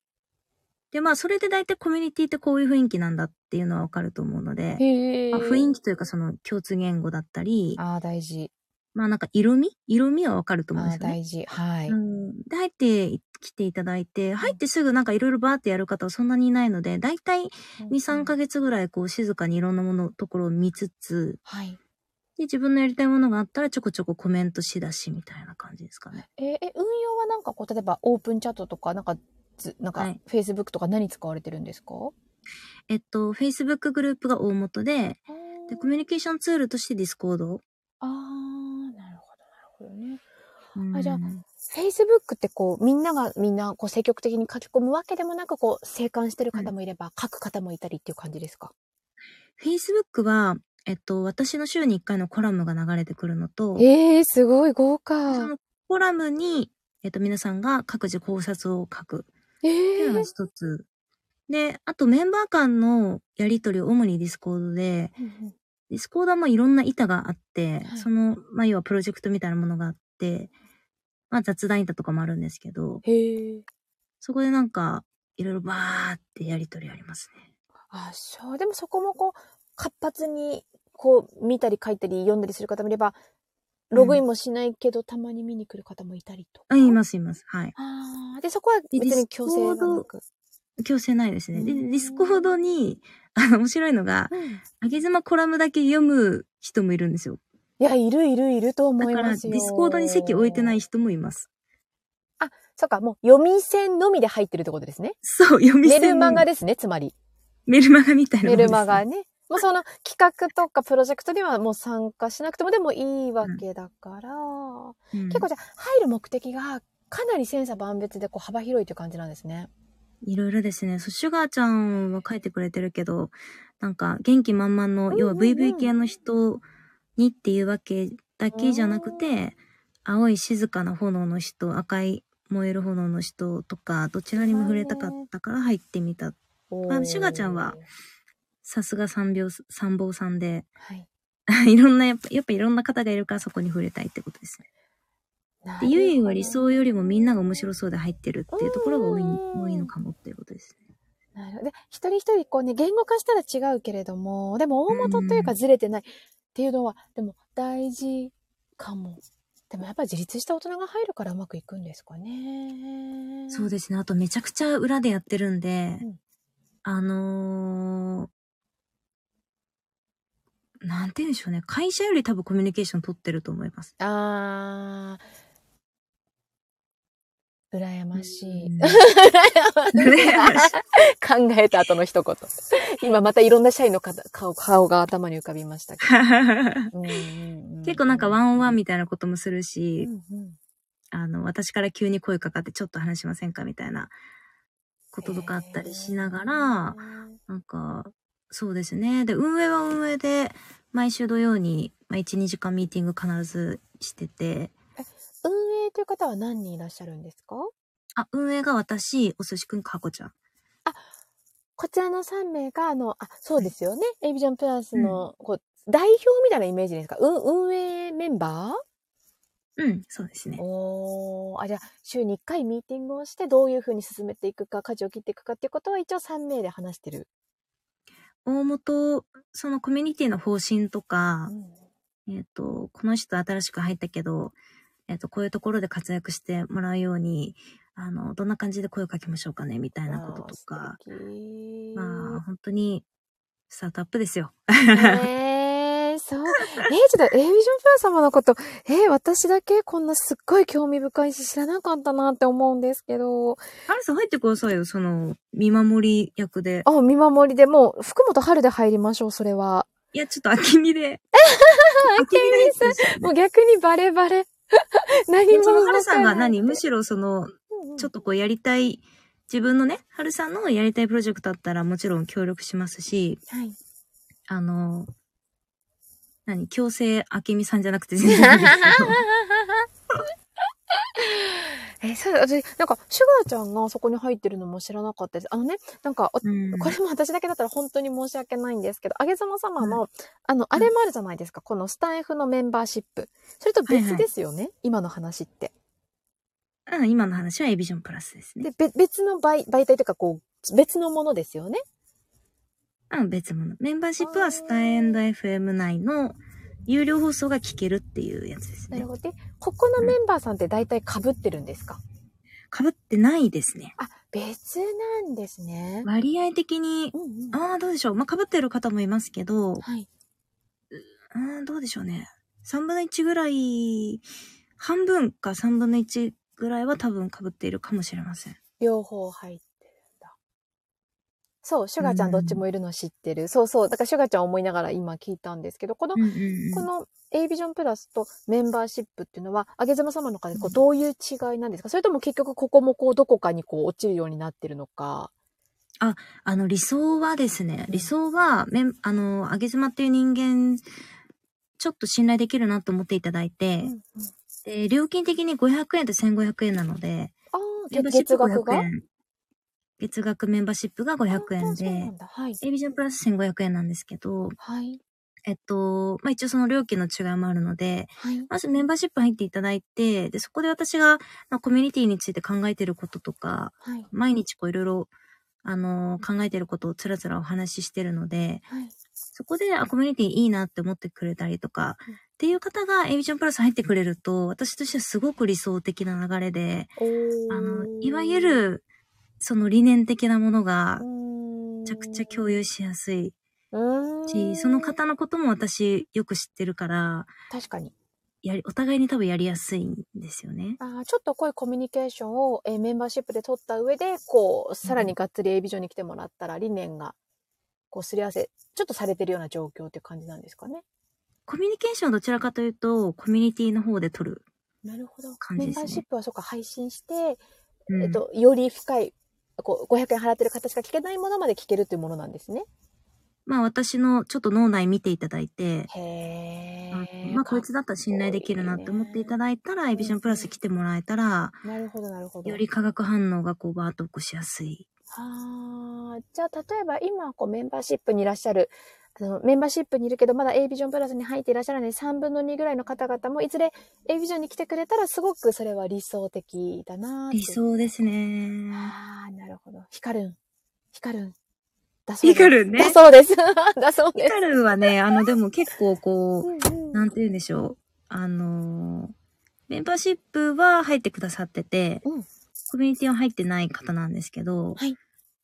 S2: で、まあ、それで大体コミュニティってこういう雰囲気なんだっていうのはわかると思うので、
S1: へえ
S2: まあ、雰囲気というかその共通言語だったり、
S1: ああ、大事。
S2: まあなんか色味色味はわかると思うん
S1: あ
S2: で
S1: あ、
S2: すよね。
S1: 大事。はい。
S2: うん、で、入ってきていただいて、入ってすぐなんかいろいろバーってやる方はそんなにいないので、大体2、3ヶ月ぐらいこう静かにいろんなもの、ところを見つつ、
S1: はい。
S2: で、自分のやりたいものがあったらちょこちょこコメントしだしみたいな感じですかね。
S1: えーえ、運用はなんかこう、例えばオープンチャットとか、なんか、ずなん
S2: は
S1: か
S2: い、
S1: Facebook とか何使われてるんですか、
S2: えっと、Facebook グループが大元で、
S1: あー
S2: で、コミュニケーションツールとして Discord。
S1: あー、なるほど、なるほどね。
S2: うん
S1: あじゃあ Facebook ってこう、みんながみんな、こう、積極的に書き込むわけでもなく、こう、静観してる方もいれば、書く方もいたりっていう感じですか
S2: Facebook は、えっと、私の週に1回のコラムが流れてくるのと、
S1: ええすごい豪
S2: そ
S1: 華。
S2: のコラムに、えっと、皆さんが各自考察を書く
S1: え
S2: っていうのが
S1: え
S2: 一つ。で、あとメンバー間のやりとりを主にディスコードで、ディスコードはまあいろんな板があって、
S1: はい
S2: その、まあ要はプロジェクトみたいなものがあって、まあ雑談板とかもあるんですけど、
S1: へえ。
S2: そこでなんか、いろいろバーってやりとりありますね。
S1: あ、そう。でもそこもこう、活発に、こう、見たり書いたり読んだりする方もいれば、ログインもしないけど、たまに見に来る方もいたりとか。
S2: あ、いますいます。はい。
S1: ああ、で、そこは別に強制がなく。
S2: 強制ないですね。で、
S1: う
S2: デ
S1: ん
S2: ィスコードに、あの、面白いのが、
S1: うんい
S2: あげずまコラムだけ読む人もいるんですよ。
S1: や、いるいるいると思
S2: だ
S1: い
S2: から、デ
S1: ますよ。
S2: ィスコードに席置いてない。人もいます。
S1: そっか、もう読み線のみで入ってるってことですね。
S2: そう、読み
S1: メ
S2: 線
S1: ルマ
S2: の
S1: ガですね、つま
S2: <laughs>
S1: り。
S2: メルマガみたいなも
S1: メ
S2: んです
S1: ルマガね。もうその企画とかプロジェクトにはもう参加しなくてもでもいいわけだから。
S2: うん
S1: 結構じゃあ入る目的がかなり千差万別でこう幅広いという感じなんですね。
S2: いろいろですね。そう、シュガーちゃんは書いてくれてるけど、なんか、元気満々の、
S1: うんうん
S2: 要は VV 系の人にっていうわけだけじゃなくて、青い静かな炎の人、赤い燃える炎の人とか、どちらにも触れたかったから入ってみた。
S1: お
S2: シュガーちゃんは。さすが三秒、三坊さんで、 <laughs>
S1: はい。
S2: いろんな、やっぱ、やっぱいろんな方がいるからそこに触れたいってことですね。
S1: な
S2: で、
S1: るほど
S2: ゆいゆいは理想よりもみんなが面白そうで入ってるっていうところが多い、
S1: うん
S2: 多いのかもっていうことですね。
S1: なるほどで、一人一人こうね、言語化したら違うけれども、でも大元というかずれてないっていうのは、でも大事かも。でもやっぱり自立した大人が入るからうまくいくんですかね。
S2: そうですね。あとめちゃくちゃ裏でやってるんで、
S1: うん
S2: あのー、なんて言うんでしょうね。会社より多分コミュニケーション取ってると思います。
S1: あー、羨ましい。 <laughs>
S2: うん
S1: 考えた後の一言。今またいろんな社員の方顔顔が頭に浮かびましたけど。
S2: 結構なんかワ
S1: ン
S2: ンオンワンみたいなこともするし、
S1: うん
S2: あの、私から急に声かかってちょっと話しませんかみたいなこととかあったりしながら、、なんか、そうですね。で、運営は運営で、毎週土曜に、まあ、1、2時間ミーティング必ずしてて、
S1: 運営という方は何人いらっしゃるんですか
S2: あ、運営が私、お寿司くん、かこちゃん。
S1: こちらの3名が、あの、あ、そうですよね。エビジョンプラスの、こう、代表みたいなイメージですか、うん、運営メンバ
S2: うん、そうですね
S1: ー。おーあ、じゃあ、週に1回ミーティングをして、どういうふうに進めていくか、舵を切っていくかっていうことは、一応3名で話してる。
S2: 大元、そのコミュニティの方針とか、えっ、と、この人新しく入ったけど、えっ、と、こういうところで活躍してもらうように、あの、どんな感じで声をかけましょうかね、みたいなこととか、まあ、本当に、スタートアップですよ。
S1: えー、そう。えー、ちょっと、エイビジョンプラ様のこと、えー、私だけこんなすっごい興味深いし知らなかったなって思うんですけど、
S2: アルさん入ってくださいよ、その、見守り役で。
S1: あ、見守りでもう、福本春で入りましょう、それは。
S2: いや、ちょっと、あきみで。あきみです。
S1: もう逆にバレバレ。 <laughs> 何も
S2: その、
S1: 動かな
S2: はる
S1: い。
S2: さんが何むしろ、そ
S1: う
S2: の、
S1: んうん
S2: ちょっとこうやりたい、自分のね、春さんのやりたいプロジェクトだったらもちろん協力しますし、
S1: はい。
S2: あの、何強制明美さんじゃなくて全然いいんですけど
S1: ええーそう私、なんか、シュガーちゃんがそこに入ってるのも知らなかったです。あのね、なんか、 <laughs> お
S2: うん
S1: これも私だけだったら本当に申し訳ないんですけど、あげざま様の、
S2: う
S1: あの、あれもあるじゃないですか、このスタイフのメンバーシップ。それと
S2: はいは
S1: 別
S2: い
S1: ですよね、今の話って。
S2: うん、今の話はエビジョンプラスですね。
S1: で、べ別の媒媒体というか、こう、別のものですよね。
S2: うん、別物。メンバーシップ
S1: あー
S2: はスタンド FM 内の有料放送が聞けるっていうやつです
S1: なる
S2: ね。
S1: ほど。で、ここのメンバーさんって大体被ってるんですか
S2: かぶってないですね。
S1: あ、別なんですね。
S2: 割合的に
S1: う、んうん。
S2: ああ、どうでしょう。まあ、かぶってる方もいますけど、
S1: はい。
S2: あーどうでしょうね。3分の1ぐらい、半分か3分の1ぐらいは多分被っているかもしれません。
S1: 両方入ってるんだ。そう、シュガちゃ
S2: うんん
S1: どっちもいるの知ってる。そうそう。だからシュガちゃん思いながら今聞いたんですけど、この、
S2: うんうんうん
S1: この A ビジョンプラスとメンバーシップっていうのは、あげざま様の中でこ
S2: う
S1: うんどういう違いなんですか、それとも結局ここもこうどこかにこう落ちるようになってるのか。
S2: あの、理想はですね、理想は、めん、あの、あげずまっていう人間、ちょっと信頼できるなと思っていただいて、で、料金的に500円と1500円なので、
S1: あ
S2: メ
S1: あ、
S2: ンバーシッ
S1: 月
S2: プ
S1: 額
S2: 500
S1: が
S2: 円。月額メンバーシップが500円
S1: あーそうな
S2: で
S1: ん、だ。はい。
S2: エビジョンプラス1500円なんですけど、
S1: はい。
S2: えっと、まあ、一応その料金の違いもあるので、
S1: はい。
S2: まずメンバーシップ入っていただいて、で、そこで私が、まあ、コミュニティについて考えてることとか、
S1: はい。
S2: 毎日こういろいろ、あのー考えてることをつらつらお話ししてるので、
S1: はい。
S2: そこで、あ、コミュニティいいなって思ってくれたりとか、
S1: うん
S2: っていう方がエビジョンプラス入ってくれると、私としてはすごく理想的な流れで、
S1: おー
S2: あの、いわゆ、る、その理念的なものが、
S1: め
S2: めちゃくちゃ共有しやすい
S1: 有
S2: し、その方のことも私よく知ってるから、
S1: 確かに。
S2: やり、お互いに多分やりやすいんですよね。
S1: あーちょっと濃いコミュニケーションを、えーメンバーシップで取った上で、こう、さらにがっつり A ビジョンに来てもらったら、理念が、こう、すり合わせ、ちょっとされてるような状況っていう感じなんですかね。
S2: コミュニケーションはどちらかというと、コミュニティの方で取る。
S1: なるほど。
S2: 感
S1: メ
S2: じで
S1: ンバ
S2: すね
S1: ーシップは、そうか、配信して、
S2: うん
S1: えっと、より深い、こう、500円払ってる方しか聞けないものまで聞けるっていうものなんですね。
S2: まあ私のちょっと脳内見ていただいて、
S1: へ
S2: あ
S1: ー。
S2: まあこいつだったら信頼できるなって思っていただいたら、エビジョンプラス来てもらえたら、
S1: なるほど、なるほど。
S2: より化学反応がこうバーッと起こしやすい。
S1: ああ、じゃあ例えば今こうメンバーシップにいらっしゃる、あのメンバーシップにいるけどまだ A ビジョンプラスに入っていらっしゃらない3分の2ぐらいの方々もいずれ A ビジョンに来てくれたらすごくそれは理想的だなーって
S2: 理。想ですね。
S1: ああ、なるほど。ヒカルン。ヒカルン。だそうで
S2: ピ
S1: す。
S2: カルンね
S1: だ。そうです。 <laughs> だそう
S2: ピ
S1: です。
S2: カルンはね、あのでも結構こ
S1: うん
S2: う、
S1: うん
S2: なんて言うんでしょう。あのーメンバーシップは入ってくださってて、
S1: うん
S2: コミュニティは入ってない方なんですけど、
S1: はい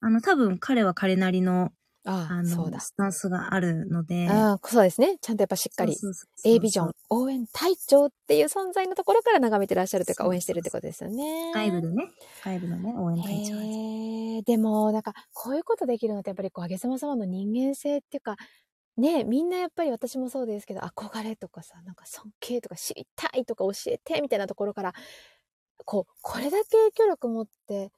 S2: あの多分彼は彼なりの
S1: あ
S2: あ
S1: あ、そう
S2: の、
S1: だ。
S2: スタンスがあるので、
S1: ああ、そうですね。ちゃんとやっぱしっかり
S2: そうそうそうそう
S1: A ビジョン応援隊長っていう存在のところから眺めてらっしゃるというか
S2: そうそう
S1: 応援してるってことですよね。
S2: 外部でね、外部のね、応援隊長です。
S1: へえ、でも、なんか、こういうことできるのって、やっぱり、こう、あげさま様の人間性っていうか、ねえ、みんなやっぱり私もそうですけど、憧れとかさ、なんか尊敬とか知りたいとか教えて、みたいなところから、こう、これだけ影響力持って、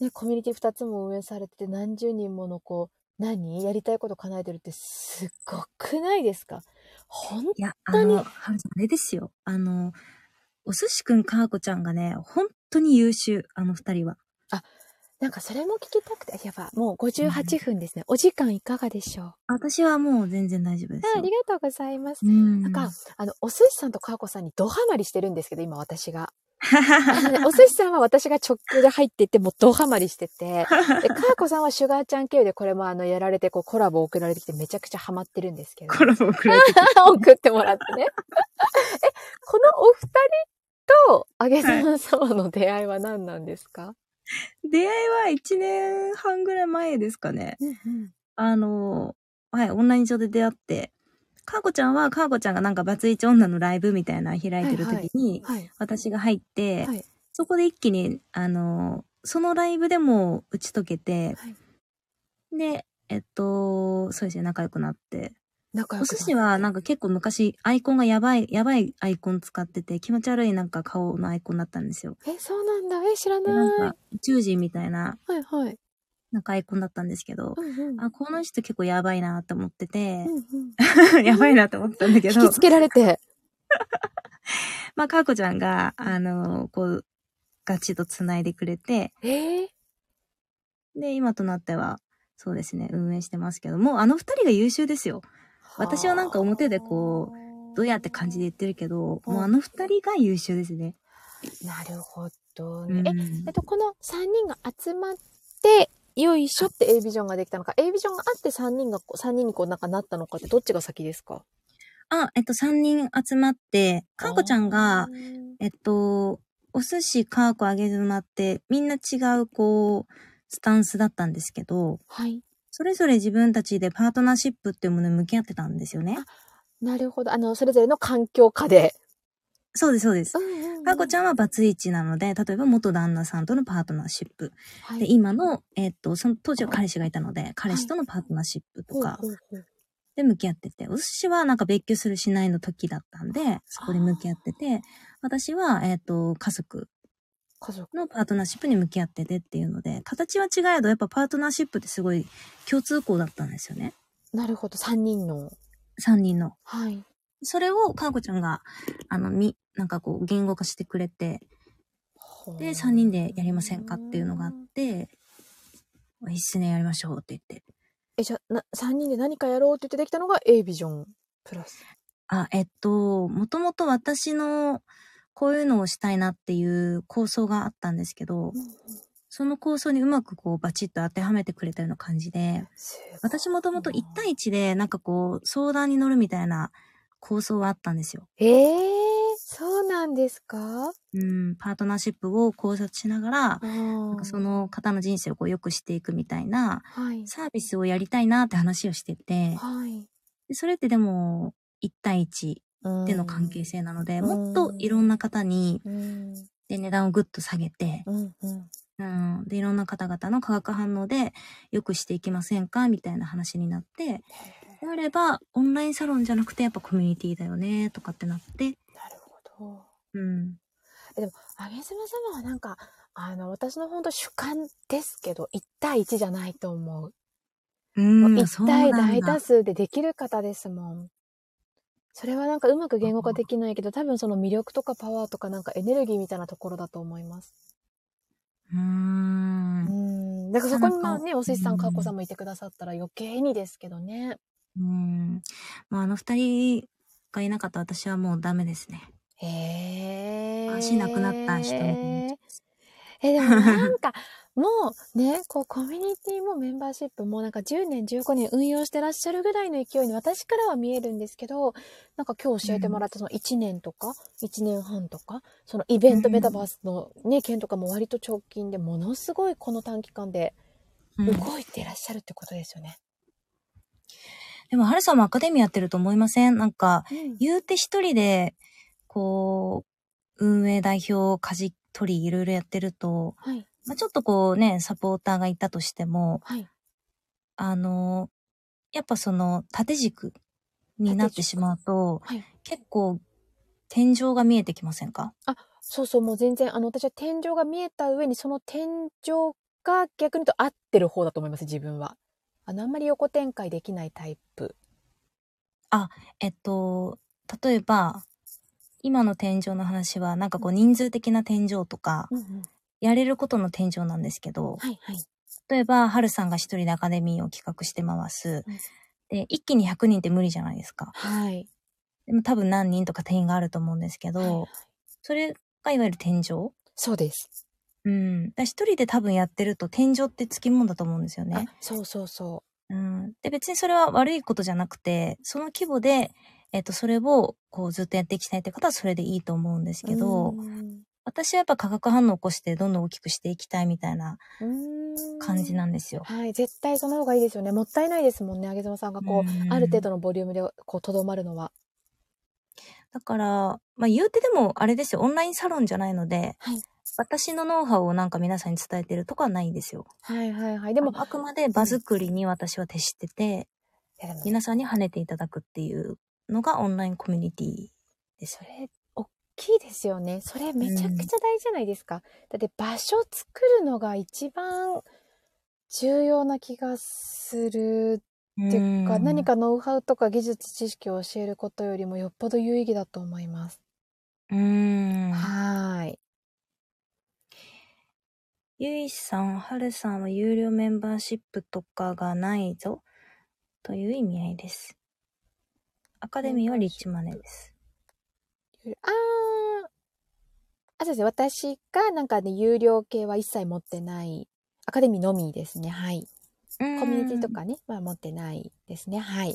S1: ね、コミュニティ2つも運営されてて、何十人もの、こう、何やりたいこと叶えてるって、すっごくないですか本
S2: いや、あ
S1: 当に
S2: の、ハルさん、あれですよ。あの、お寿司くん、かあこちゃんがね、本当に優秀、あの二人は。
S1: なんかそれも聞きたくて、やば、もう58分ですね。お時間いかがでしょう
S2: 私はもう全然大丈夫です
S1: あ
S2: よ。
S1: ありがとうございます。
S2: うん。 <laughs>
S1: なんか、あの、お寿司さんとかあこさんにドハマりしてるんですけど、今私
S2: <laughs>
S1: が。あのねお寿司さんは私が直球で入っていって、もうドハマりしてて、で、かあこさんはシュガーちゃん経由でこれもあの、やられて、こう、コラボ送られてきてめちゃくちゃハマってるんですけど。
S2: コラボをくれて。
S1: <laughs> 送ってもらってね。え、 <laughs> このお二人と、あげさま様の出会いは何なんですか、
S2: 出会いは一年半ぐらい前ですかね。
S1: うんうん
S2: あの、はい、オンライン上で出会って、かあこちゃんは、かあこちゃんがなんかバツイチ女のライブみたいなの開いてる時に、
S1: はい。
S2: 私が入って、
S1: はい
S2: そこで一気に、あの、そのライブでも打ち解けて、
S1: はい
S2: で、えっと、そうですね、仲良くなって。
S1: 仲良
S2: お
S1: く
S2: 寿
S1: な
S2: 司はなんか結構昔、アイコンがやばい、やばいアイコン使ってて、気持ち悪いなんか顔のアイコンだったんですよ。
S1: え、そうなんだ。え、知ら
S2: で、
S1: ない。
S2: なんか宇宙人みたいな、
S1: はいはい。
S2: なんかアイコンだったんですけど、
S1: うんうん。
S2: あ、この人結構やばいなって思ってて
S1: う、んうん
S2: やばいなって思ってたんだけ
S1: 引
S2: ど、
S1: きつけられて。
S2: まあ、かーこちゃんが、あの、こう、ガチとつないでくれて、
S1: ええ
S2: で、今となっては、そうですね、運営してますけど、もうあの二人が優秀ですよ。私はなんか表でこ
S1: う
S2: どうやって感じで言ってるけど、
S1: うん
S2: もうあの二人が優秀ですね。
S1: なるほど
S2: う
S1: ね。
S2: ん
S1: え、えっと、この3人が集まって、よいしょって A ビジョンができたのか、A ビジョンがあって3人がこう、3人にこうなんかなったのかってどっちが先ですか
S2: あ、えっと、三人集まって、かんこちゃんが、、えっと、お寿司、カーコ、揚げ妻って、みんな違う、こう、スタンスだったんですけど、
S1: はい。
S2: それぞれ自分たちでパートナーシップっていうものに向き合ってたんですよね。
S1: なるほど。あの、それぞれの環境下で。
S2: そうです、そうです。
S1: ん
S2: かーこちゃんはバツイチなので、例えば元旦那さんとのパートナーシップ。
S1: は
S2: で、
S1: い、
S2: 今の、えっと、その当時は彼氏がいたので、彼氏とのパートナーシップとか
S1: ほうほうほう
S2: で向き合ってて、お寿司はなんか別居するしないの時だったんで、そこで向き合ってて、私は、えっと、家族
S1: 家族。
S2: のパートナーシップに向き合っててっていうので、形は違えど、やっぱパートナーシップってすごい共通項だったんですよね。
S1: なるほど。3人の。
S2: 3人の。
S1: はい。
S2: それを、かんこちゃんが、あの、み、なんかこう、言語化してくれて、で、3人でやりませんかっていうのがあって、一緒にやりましょうって言って。
S1: え、じゃあな、3人で何かやろうって言ってできたのが A ビジョンプラス。
S2: あ、えっと、もともと私の、こういうのをしたいなっていう構想があったんですけど、その構想にうまくこう、バチッと当てはめてくれたような感じで、
S1: すごい
S2: 私もともと1対1でなんかこう相談に乗るみたいな構想はあったんですよ。
S1: ええそうなんですか
S2: うん、パートナーシップを考察しながら、なんかその方の人生をこう良くしていくみたいな
S1: はい。
S2: サービスをやりたいなって話をしてて、
S1: はい。
S2: でそれってでも1対1での関係性なので、もっといろんな方に、
S1: うん。
S2: で値段をぐっと下げて、
S1: うん。うん。
S2: うん、でいろんな方々の化学反応で良くしていきませんかみたいな話になって、であればオンラインサロンじゃなくてやっぱコミュニティだよねとかってなって、
S1: なるほど。
S2: うん。
S1: あげずま様はなんか、あの、私の本当主観ですけど、1対1じゃないと思う。
S2: うん、
S1: 1
S2: そうな
S1: 対
S2: んだ
S1: 大多数でできる方ですもん。それはなんかうまく言語化できないけど、多分その魅力とかパワーとかなんかエネルギーみたいなところだと思います。
S2: うー。
S1: うんん。だからそこにまあ
S2: なかな
S1: ね、
S2: か
S1: お寿司さ、
S2: うんん
S1: かっこさんもいてくださったら余計にですけどね。
S2: うん。まあ、あの二人がいなかった私はもうダメですね。
S1: へえ。
S2: 足なくなった人みたいになっちゃいます
S1: え、でもなんか、もうね、こうコミュニティもメンバーシップもなんか10年15年運用してらっしゃるぐらいの勢いに私からは見えるんですけど、なんか今日教えてもらったその1年とか1年半とか、そのイベント
S2: うん
S1: メタバースのね、件とかも割と直近でものすごいこの短期間で
S2: うん
S1: 動いていらっしゃるってことですよね。
S2: でも、ハルさんもアカデミーやってると思いませんなんか、
S1: うん
S2: 言うて一人で、こう、運営代表、舵取り、いろいろやってると、
S1: はい、
S2: まあ、ちょっとこうね、サポーターがいたとしても、
S1: はい。
S2: あの、やっぱその、縦軸になってしまうと、
S1: はい
S2: 結構、天井が見えてきませんか
S1: そうそう、もう全然、あの、私は天井が見えた上に、その天井が逆に言うと合ってる方だと思います、自分は。あの、あんまり横展開できないタイプ。
S2: えっと、例えば、今の天井の話は、なんかこう人数的な天井とか、やれることの天井なんですけど、
S1: はい、はい。
S2: 例えば、はるさんが一人でアカデミーを企画して回す。で、一気に100人って無理じゃないですか。
S1: はい。
S2: でも多分何人とか定員があると思うんですけど、それがいわゆる天井
S1: そうです。
S2: うん。だから一人で多分やってると天井ってつきもんだと思うんですよ
S1: あ
S2: ね。、
S1: そうそうそ
S2: うん。で、別にそれは悪いことじゃなくて、その規模で、えっと、それを、こう、ずっとやっていきたいって方はそれでいいと思うんです
S1: う。
S2: けど、
S1: うーん
S2: 私はやっぱ化学反応を起こしてどんどん大きくしていきたいみたいな感じな
S1: うん
S2: ですよ。
S1: ーんはい、絶対その方がいいですよね。もったいないですもんね、あげずまさんがこう、
S2: うん
S1: ある程度のボリュームで、こう、とどまるのは。
S2: だから、まあ言うてでもあれですよ、オンラインサロンじゃないので、
S1: はい
S2: 私のノウハウをなんか皆さんに伝えてるとかはないんですよ。
S1: はい、はい、はい。で
S2: で
S1: も
S2: も、あくまで場作りに私は徹してて、
S1: いやでも
S2: 皆さんに跳ねていただくっていうのがオンラインコミュニティです
S1: そ
S2: よね。
S1: れ大きいですよねそれめちゃくちゃ大事じゃないですか、だって場所作るのが一番重要な気がするっていうか、
S2: うん
S1: 何。かノウハウとか技術知識を教えることよりもよっぽど有意義だと思います、
S2: うん。
S1: はーい
S2: ゆいさん、はるさんは有料メンバーシップとかがないぞ。という意味合いです。アカデミーはリッチマネーです。
S1: あー。あ、そうですね。私がなんかね、有料系は一切持ってない。アカデミーのみですね。はい。
S2: コミ
S1: コミュニティと。かね、は持ってないですね。はい。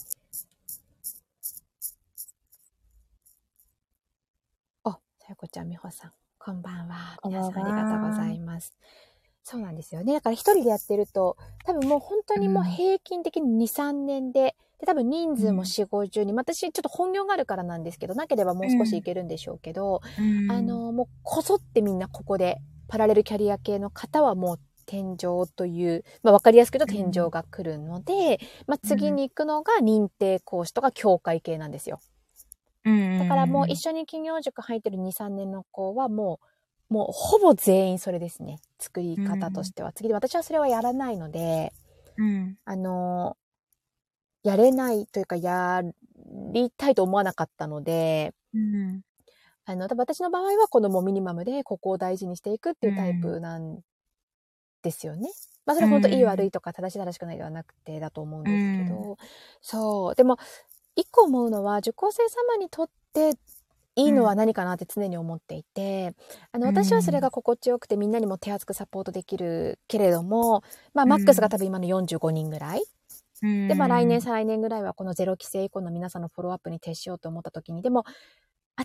S1: あ、さやこちゃん、みほさん、こんばんは。
S2: こんば
S1: 皆
S2: ん
S1: さ
S2: は
S1: んありがとうございます。そうなんですよね。だから一人でやってると、多分もう本当にもう
S2: うん
S1: 平均的に2、3年で、で、多分人数
S2: う
S1: も
S2: ん
S1: 4、50人、私ちょっと本業があるからなんですけど、なければもう少しいけるんでしょうけど、
S2: うん
S1: あ、の、もうこそってみんなここで、パラレルキャリア系の方はもう天井という、まあわかりやすく言うと天井が来るので、まあ次に行くのが認定講師とか協会系なんですよ。
S2: うん
S1: だからもう一緒に企業塾入ってる2、3年の子はもう、もうほぼ全員それですね。作り方としては。次で私はそれはやらないので、
S2: うん。
S1: あの、やれないというかやりたいと思わなかったので、
S2: うん。
S1: あの、多分私の場合はこのもうミニマムでここを大事にしていくっていうタイプなんですよね。まあそれは本当いい
S2: うん
S1: 悪いとか正しい正しくないではなくてだと思うんですけど、そう。でも、一個思うのは受講生様にとっていいのは何かなって常に思っていて、あの、
S2: うん
S1: 私はそれが心地よくてみんなにも手厚くサポートできるけれども、まあマックスが多分今の45人ぐらい
S2: うん
S1: で、まあ来年、再来年ぐらいはこのゼロ規制以降の皆さんのフォローアップに徹しようと思った時に、でも、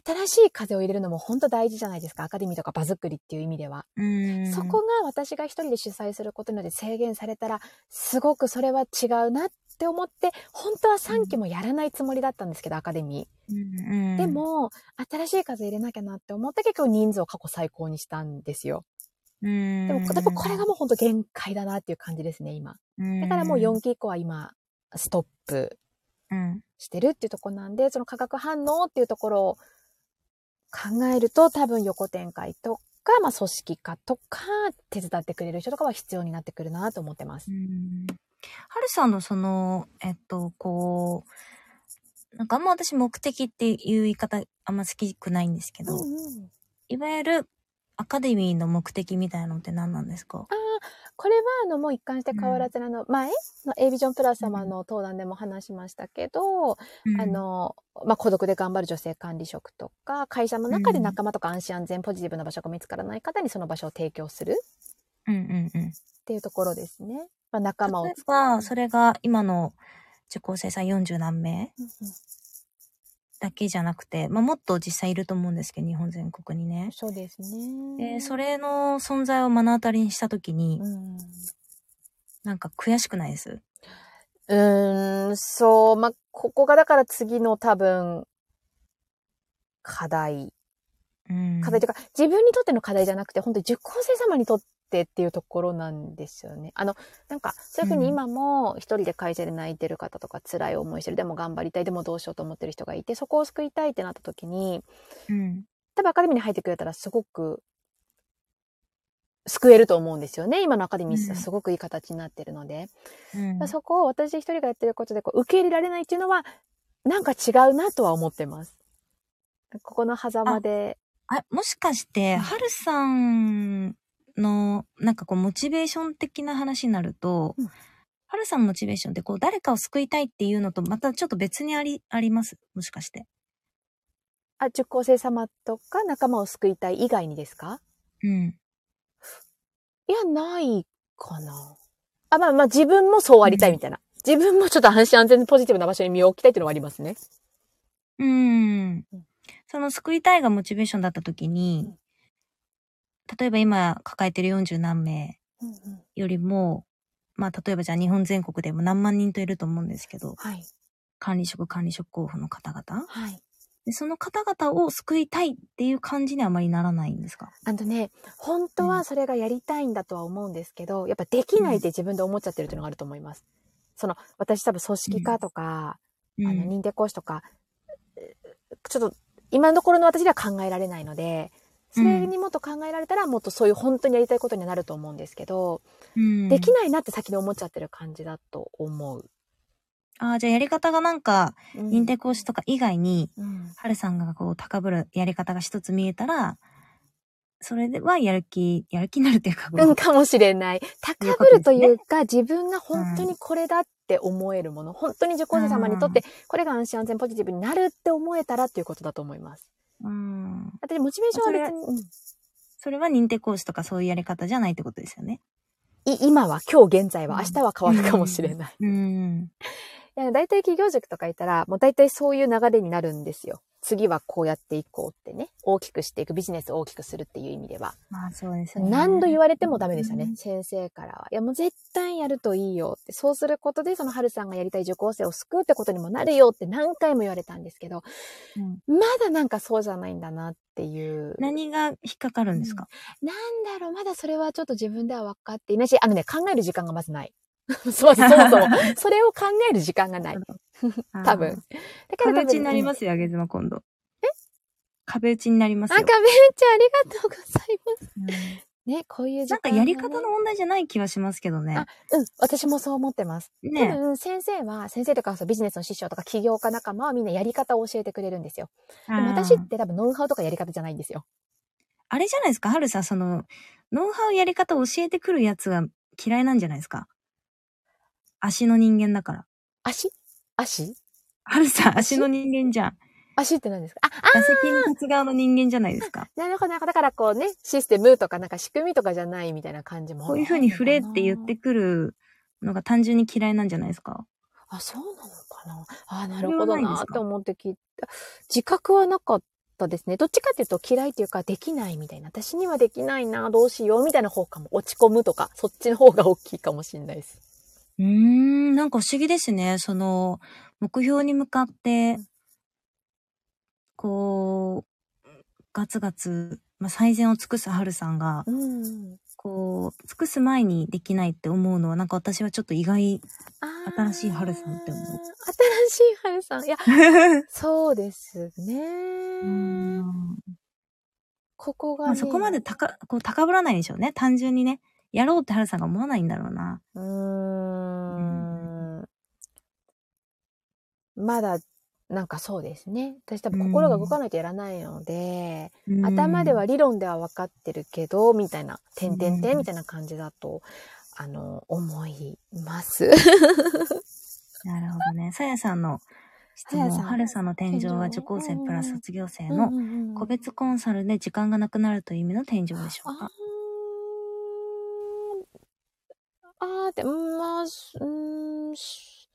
S1: 新しい風を入れるのも本当大事じゃないですか。アカデミーとか場作りっていう意味では。
S2: うん、
S1: そこが私が一人で主催することによって制限されたら、すごくそれは違うなって思って、本当は3期もやらないつもりだったんですけど、アカデミ
S2: うん、
S1: ー。でも、新しい風入れなきゃなって思って結構人数を過去最高にしたんですよ。
S2: うん、
S1: でも、やっぱこれがもう本当限界だなっていう感じですね、今。だからもう4期以降は今、ストップ
S2: うん、
S1: してるっていうところなんで、その化学反応っていうところを考えると多分横展開とか、まあ組織化とか、手伝ってくれる人とかは必要になってくるなと思ってます
S2: う。んはるさんのその、えっと、こう、なんかあんま私目的っていう言い方あんま好きくないんですけど、
S1: うん
S2: いわゆるアカデミーの目的みたいなのって何なんですか
S1: これはあのもう一貫して変わらず、あの前の A ビジョンプラス様の登壇でも話しましたけど、あ、の、まあ、孤独で頑張る女性管理職とか、会社の中で仲間とか安心安全ポジティブな場所が見つからない方にその場所を提供するっ
S2: うんうんうん。例
S1: ていうところですね。まあ、仲間を
S2: えば、それが今の受講生さん40何名
S1: うんうん
S2: だけじゃなくて、まあ、もっと実際いると思うんですけど、日本全国にね。
S1: そうですね。
S2: で、それの存在を目の当たりにしたときに
S1: う、ん
S2: なんか悔しくないです。
S1: うーん、そう、まあ、ここがだから次の多分、課題。
S2: うん。
S1: 課題というか、自分にとっての課題じゃなくて、本当に受講生様にとってっていうところなんですよね。あの、なんか、そういうふうに
S2: うん
S1: 今も一人で会社で泣いてる方とか、辛い思いしてる、でも頑張りたい、でもどうしようと思ってる人がいて、そこを救いたいってなった時に、
S2: うん。
S1: 多分アカデミーに入ってくれたらすごく、救えると思うんですよね。今のアカデミー
S2: うん
S1: すごくいい形になってるので。
S2: うん
S1: そこを私一人がやってることでこう受け入れられないっていうのは、なんか違うなとは思ってます。ここの狭間で。
S2: あ、もしかして、
S1: うん
S2: はるさんの、なんかこう、モチベーション的な話になると、
S1: うん
S2: はるさんのモチベーションって、こう、誰かを救いたいっていうのと、またちょっと別にあり、あります。もしかして。
S1: あ、受講生様とか仲間を救いたい以外にですか
S2: うん。
S1: いや、ないかな。あ、まあまあ自分もそうありたいみたいな。自分もちょっと安心安全ポジティブな場所に身を置きたいっていうのはありますね。
S2: うん。その、救いたいがモチベーションだったときに、例えば今抱えてる40何名よりも、まあ、例えばじゃあ日本全国でも何万人といると思うんですけど、
S1: はい。
S2: 管理職、管理職候補の方々
S1: はい。
S2: で、その方々を救いたいっていう感じにはあまりならないんですか
S1: あのね、本当はそれがやりたいんだとは思うんですけど、やっぱできないって自分で思っちゃってるっていうのがあると思います。その、私多分組織化とか、あの
S2: うん
S1: 認定講師とか、えちょっと今のところの私では考えられないので、それにもっと考えられたらもっとそういう本当にやりたいことになると思うんですけど、
S2: うん、
S1: できないなって先に思っちゃってる感じだと思う。
S2: ああ、じゃあやり方がなんか、
S1: うん
S2: 認定講師とか以外に、
S1: うん
S2: はるさんがこう、高ぶるやり方が一つ見えたら、それではやる気、やる気になるというか、
S1: うん、かもしれない。高ぶるというか、自分が本当にこれだって思えるもの、本当に受講者様にとって、これが安心安全ポジティブになるって思えたらっていうことだと思います。
S2: うん。
S1: だってモチベーションは別に、うん
S2: それは認定講師とかそういうやり方じゃないってことですよね。
S1: い今は、今日現在は、
S2: うん
S1: 明日は変わるかもしれない。
S2: うん。
S1: いや、大体企業塾とかいたら、もう大体そういう流れになるんですよ。次はこうやっていこうってね。大きくしていく、ビジネスを大きくするっていう意味では。
S2: まあそうですね。
S1: 何度言われてもダメでした
S2: う
S1: ね
S2: ん。
S1: 先生からは。いや、もう絶対やるといいよって。そうすることで、その春さんがやりたい受講生を救うってことにもなるよって何回も言われたんですけど、
S2: うん
S1: まだなんかそうじゃないんだなっていう。なん
S2: 何が引っかかるんですか、
S1: だろう、まだそれはちょっと自分では分かっていないし、あのね、考える時間がまずない。 <laughs> そう、そもそも。それを考える時間がない。
S2: あー
S1: 多分。。だから多
S2: 壁打
S1: 分
S2: ちになりますよ、あげずま今度。え壁打ちになります
S1: あ、
S2: よ。
S1: 壁打ちありがとうございます。
S2: うん
S1: ね、こういう時
S2: なん
S1: 間
S2: か
S1: が
S2: やり
S1: ね
S2: 方の問題じゃない気はしますけどね
S1: あ。うん、私もそう思ってます。多
S2: ね
S1: 分、先生は、先生とかそうビジネスの師匠とか起業家仲間はみんなやり方を教えてくれるんですよ。でも
S2: あー
S1: 私って多分ノウハウとかやり方じゃないんですよ。
S2: あれじゃないですか、はるさん、その、ノウハウやり方を教えてくるやつが嫌いなんじゃないですか。足の人間だから。
S1: 足足
S2: はるさん、足の人間じゃん。
S1: 足って何ですかあ、あ、
S2: 打席に立つ側の人間じゃないですか。
S1: なるほど。なんかだからこうね、システムとかなんか仕組みとかじゃないみたいな感じも。
S2: こういうふうに振れって言って。くるのが単純に嫌いなんじゃないですか。
S1: あ、そうなのかなあ、なるほど
S2: それはないんで
S1: な
S2: す
S1: っ
S2: か
S1: て思って聞いた。自覚はなかったですね。どっちかっていうと嫌いっていうかできないみたいな。私にはできないな、どうしようみたいな方かも。落ち込むとか、そっちの方が大きいかもしれないです。
S2: うーん、なんか不思議ですね。その、目標に向かって、こう、ガツガツ、まあ、最善を尽くすはるさんが、
S1: うん。
S2: こう、尽くす前にできないって思うのは、なんか私はちょっと意外。新しい春さんって思う
S1: あー新しい春さ
S2: <laughs>
S1: ん。いや、そうです
S2: うー
S1: ね。
S2: ん
S1: ここが、ね
S2: まあ、そこまで高、こう高ぶらないでしょうね。単純にね。やろうってはるさんが思わないんだろうな。
S1: うーん。まだ、なんかそうですね。私多分心が動かないとやらないので、
S2: うん
S1: 頭では、理論では分かってるけど、みたいな、てんてんて
S2: うん
S1: んみたいな感じだと、あの、思います。
S2: なるほどね。さやさんの質
S1: さ
S2: 問、
S1: やさん
S2: はるさんの天井は受講生プラス卒業生の個別コンサルで時間がなくなるという意味の天井でしょう
S1: あ
S2: か。
S1: ーあーでうんまあすうーんし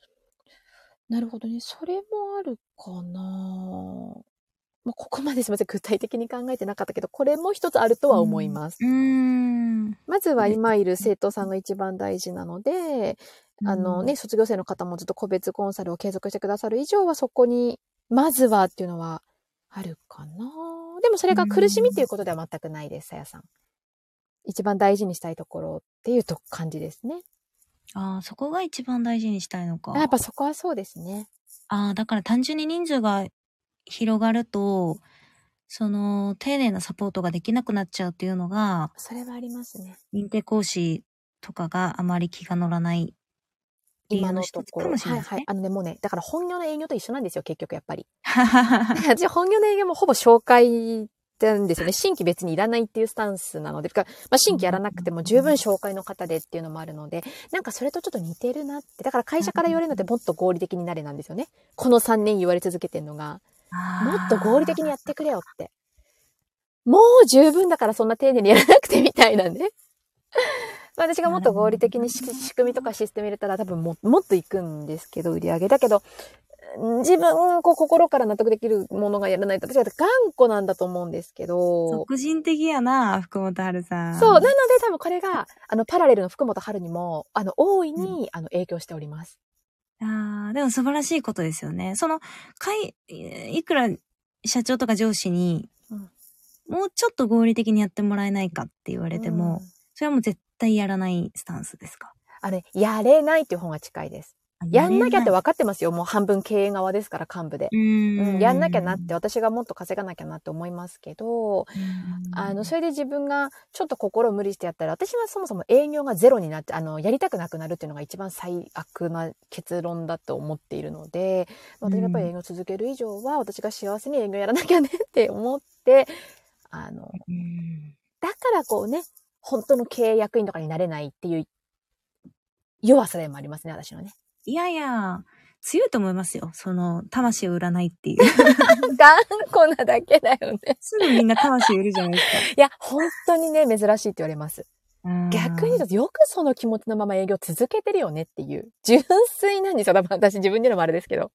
S1: なるほどねそれもあるかな、まあ、ここまですみ <laughs> ません具体的に考えてなかったけどこれも一つあるとは思います、
S2: うーん。
S1: まずは今いる生徒さんが一番大事なので、あのね卒業生の方もずっと個別コンサルを継続してくださる以上はそこにまずはっていうのはあるかなでもそれが苦しみっていうことでは全くないですさやさん一番大事にしたいところっていうと感じですね
S2: ああ、そこが一番大事にしたいのか。
S1: あやっぱそこはそうですね
S2: ああ、だから単純に人数が広がると、その、丁寧なサポートができなくなっちゃうっていうのが、
S1: それはありますね
S2: 認定講師とかがあまり気が乗
S1: <laughs>
S2: らない理由
S1: 今
S2: の
S1: の
S2: 一
S1: と
S2: つ
S1: こ
S2: か
S1: ろ
S2: もしれ
S1: は
S2: ない
S1: い
S2: です
S1: は
S2: ね
S1: い。あのねもうねだから本業の営業と一緒なんですよ結局やっぱり
S2: は
S1: 私本業の営業もほぼ紹介なんですよね。新規別にいらないっていうスタンスなので、てかまあ、新規やらなくても十分紹介の方でっていうのもあるので、なんかそれとちょっと似てるなって。だから会社から言われるのってもっと合理的になれなんですよね。この3年言われ続けてるのが、もっと合理的にやってくれよって。もう十分だからそんな丁寧にやらなくてみたいなね。 <laughs> まあ私がもっと合理的にし仕組みとかシステム入れたら多分ももっといくんですけど、売り上げ。だけど、うん自分こう心から納得できるものがやらないと、私は頑固なんだと思うんですけど。
S2: 俗人的やな、福本春さん。
S1: そう。なので多分これが、あの、パラレルの福本春にも、あの、大いに、あの、影響しております。
S2: ああ、でも素晴らしいことですよね。その、会、いいくら社長とか上司に、
S1: うん
S2: もうちょっと合理的にやってもらえないかって言われても、
S1: うん
S2: それはもう絶対やらないスタンスですか。
S1: あれ、やれないっていう方が近いです。やんなきゃって
S2: わ
S1: 分かってますよ。もう半分経営側ですから、幹部で。うん、やんなきゃなって、私がもっと稼がなきゃなって思いますけど、あの、それで自分がちょっと心を無理してやったら、私はそもそも営業がゼロになって、あの、やりたくなくなるっていうのが一番最悪な結論だと思っているので、まあ私もやっぱり営業を続ける以上は、私が幸せに営業やらなきゃねって思って、あの、
S2: うん
S1: だからこうね、本当の契約員とかになれないっていう弱さでもありますね、私のね。 <laughs>
S2: いやいや、強いと思いますよ。その、魂を売らないっていう。 <laughs>
S1: 頑固なだけだよね。
S2: すぐみんな魂売るじゃないです
S1: いや、本当にね、珍しいって言われます。
S2: か。
S1: 逆に言う
S2: だ
S1: と、よくその気持ちのまま営業続けてるよねっていう。純粋なんですよ。多分私自分でのもあれですけど。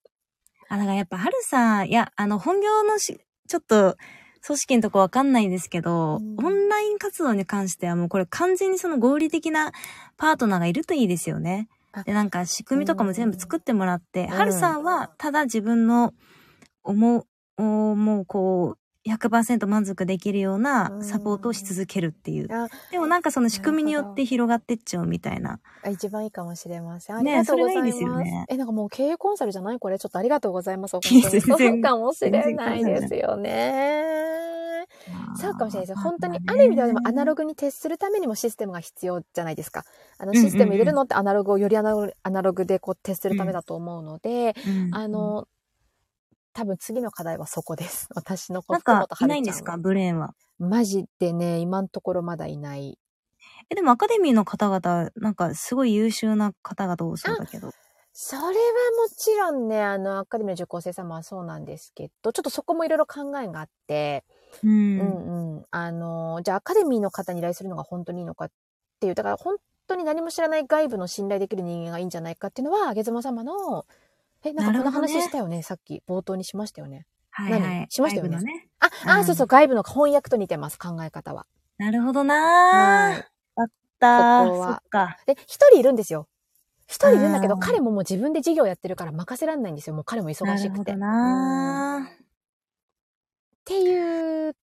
S2: あ、だからやっぱ春さん、いや、あの、本業のし、ちょっと、組織のとこわかんないんですけど、
S1: うん
S2: オンライン活動に関してはもうこれ完全にその合理的なパートナーがいるといいですよね
S1: あ。
S2: で、なんか仕組みとかも全部作ってもらって、
S1: ん
S2: 春さんはただ自分の思う、おもうこう、100%満足できるようなサポートをし続けるっていう。
S1: あ
S2: でもなんかその仕組みによ
S1: なるほ
S2: っ
S1: ど
S2: て広がってっちゃうみたいな。
S1: 一番いいかもしれません。あり
S2: ねえ
S1: がとうございます。
S2: それがいいですよね
S1: え、なんかもう経営コンサルじゃないこれちょっとありがとうござい <laughs> ます。本
S2: いや
S1: 当に
S2: 全然
S1: そうかもしれないですよね。そうかもしれないですよ。本当に、ある意味ではでもアナロ
S2: グ。
S1: グに徹するためにもシステムが必要じゃないですか。あの、
S2: うんうんうん
S1: システム入れるのってアナログをよりアナログアナログでこう徹するためだと思うので、
S2: うん
S1: あ、の、多分次の課題はそこです。私のこ
S2: なん
S1: と
S2: か、いないんですかブレーンは。
S1: マジでね、今のところまだいない。
S2: え、でもアカデミーの方々、なんかすごい優秀な方々多そうだけど。
S1: それはもちろんね、あの、アカデミーの受講生様はそうなんですけど、ちょっとそこもいろいろ考えがあって、
S2: う。
S1: うんんうん。あの、じゃあアカデミーの方に依頼するのが本当にいいのかっていう、だから本当に何も知らない外部の信頼できる人間がいいんじゃないかっていうのは、あげずま様の、え、なんかこんな
S2: なるほどね
S1: 話したよね、さっき冒頭にしましたよね。
S2: はいは
S1: 何
S2: い。
S1: しましたよね
S2: ライブのね。
S1: あ、あ、
S2: うん
S1: そうそう、外部の翻訳と似てます、考え方は。
S2: なるほど
S1: は
S2: なー
S1: い
S2: だー
S1: ここは
S2: そっか。
S1: で、一人いるんですよ。一人いるんだけど、
S2: あー
S1: 彼ももう自分で事業やってるから任せられないんですよ。もう彼も忙
S2: な
S1: し
S2: る
S1: く
S2: ほ
S1: て。
S2: ど
S1: うん
S2: な
S1: っていう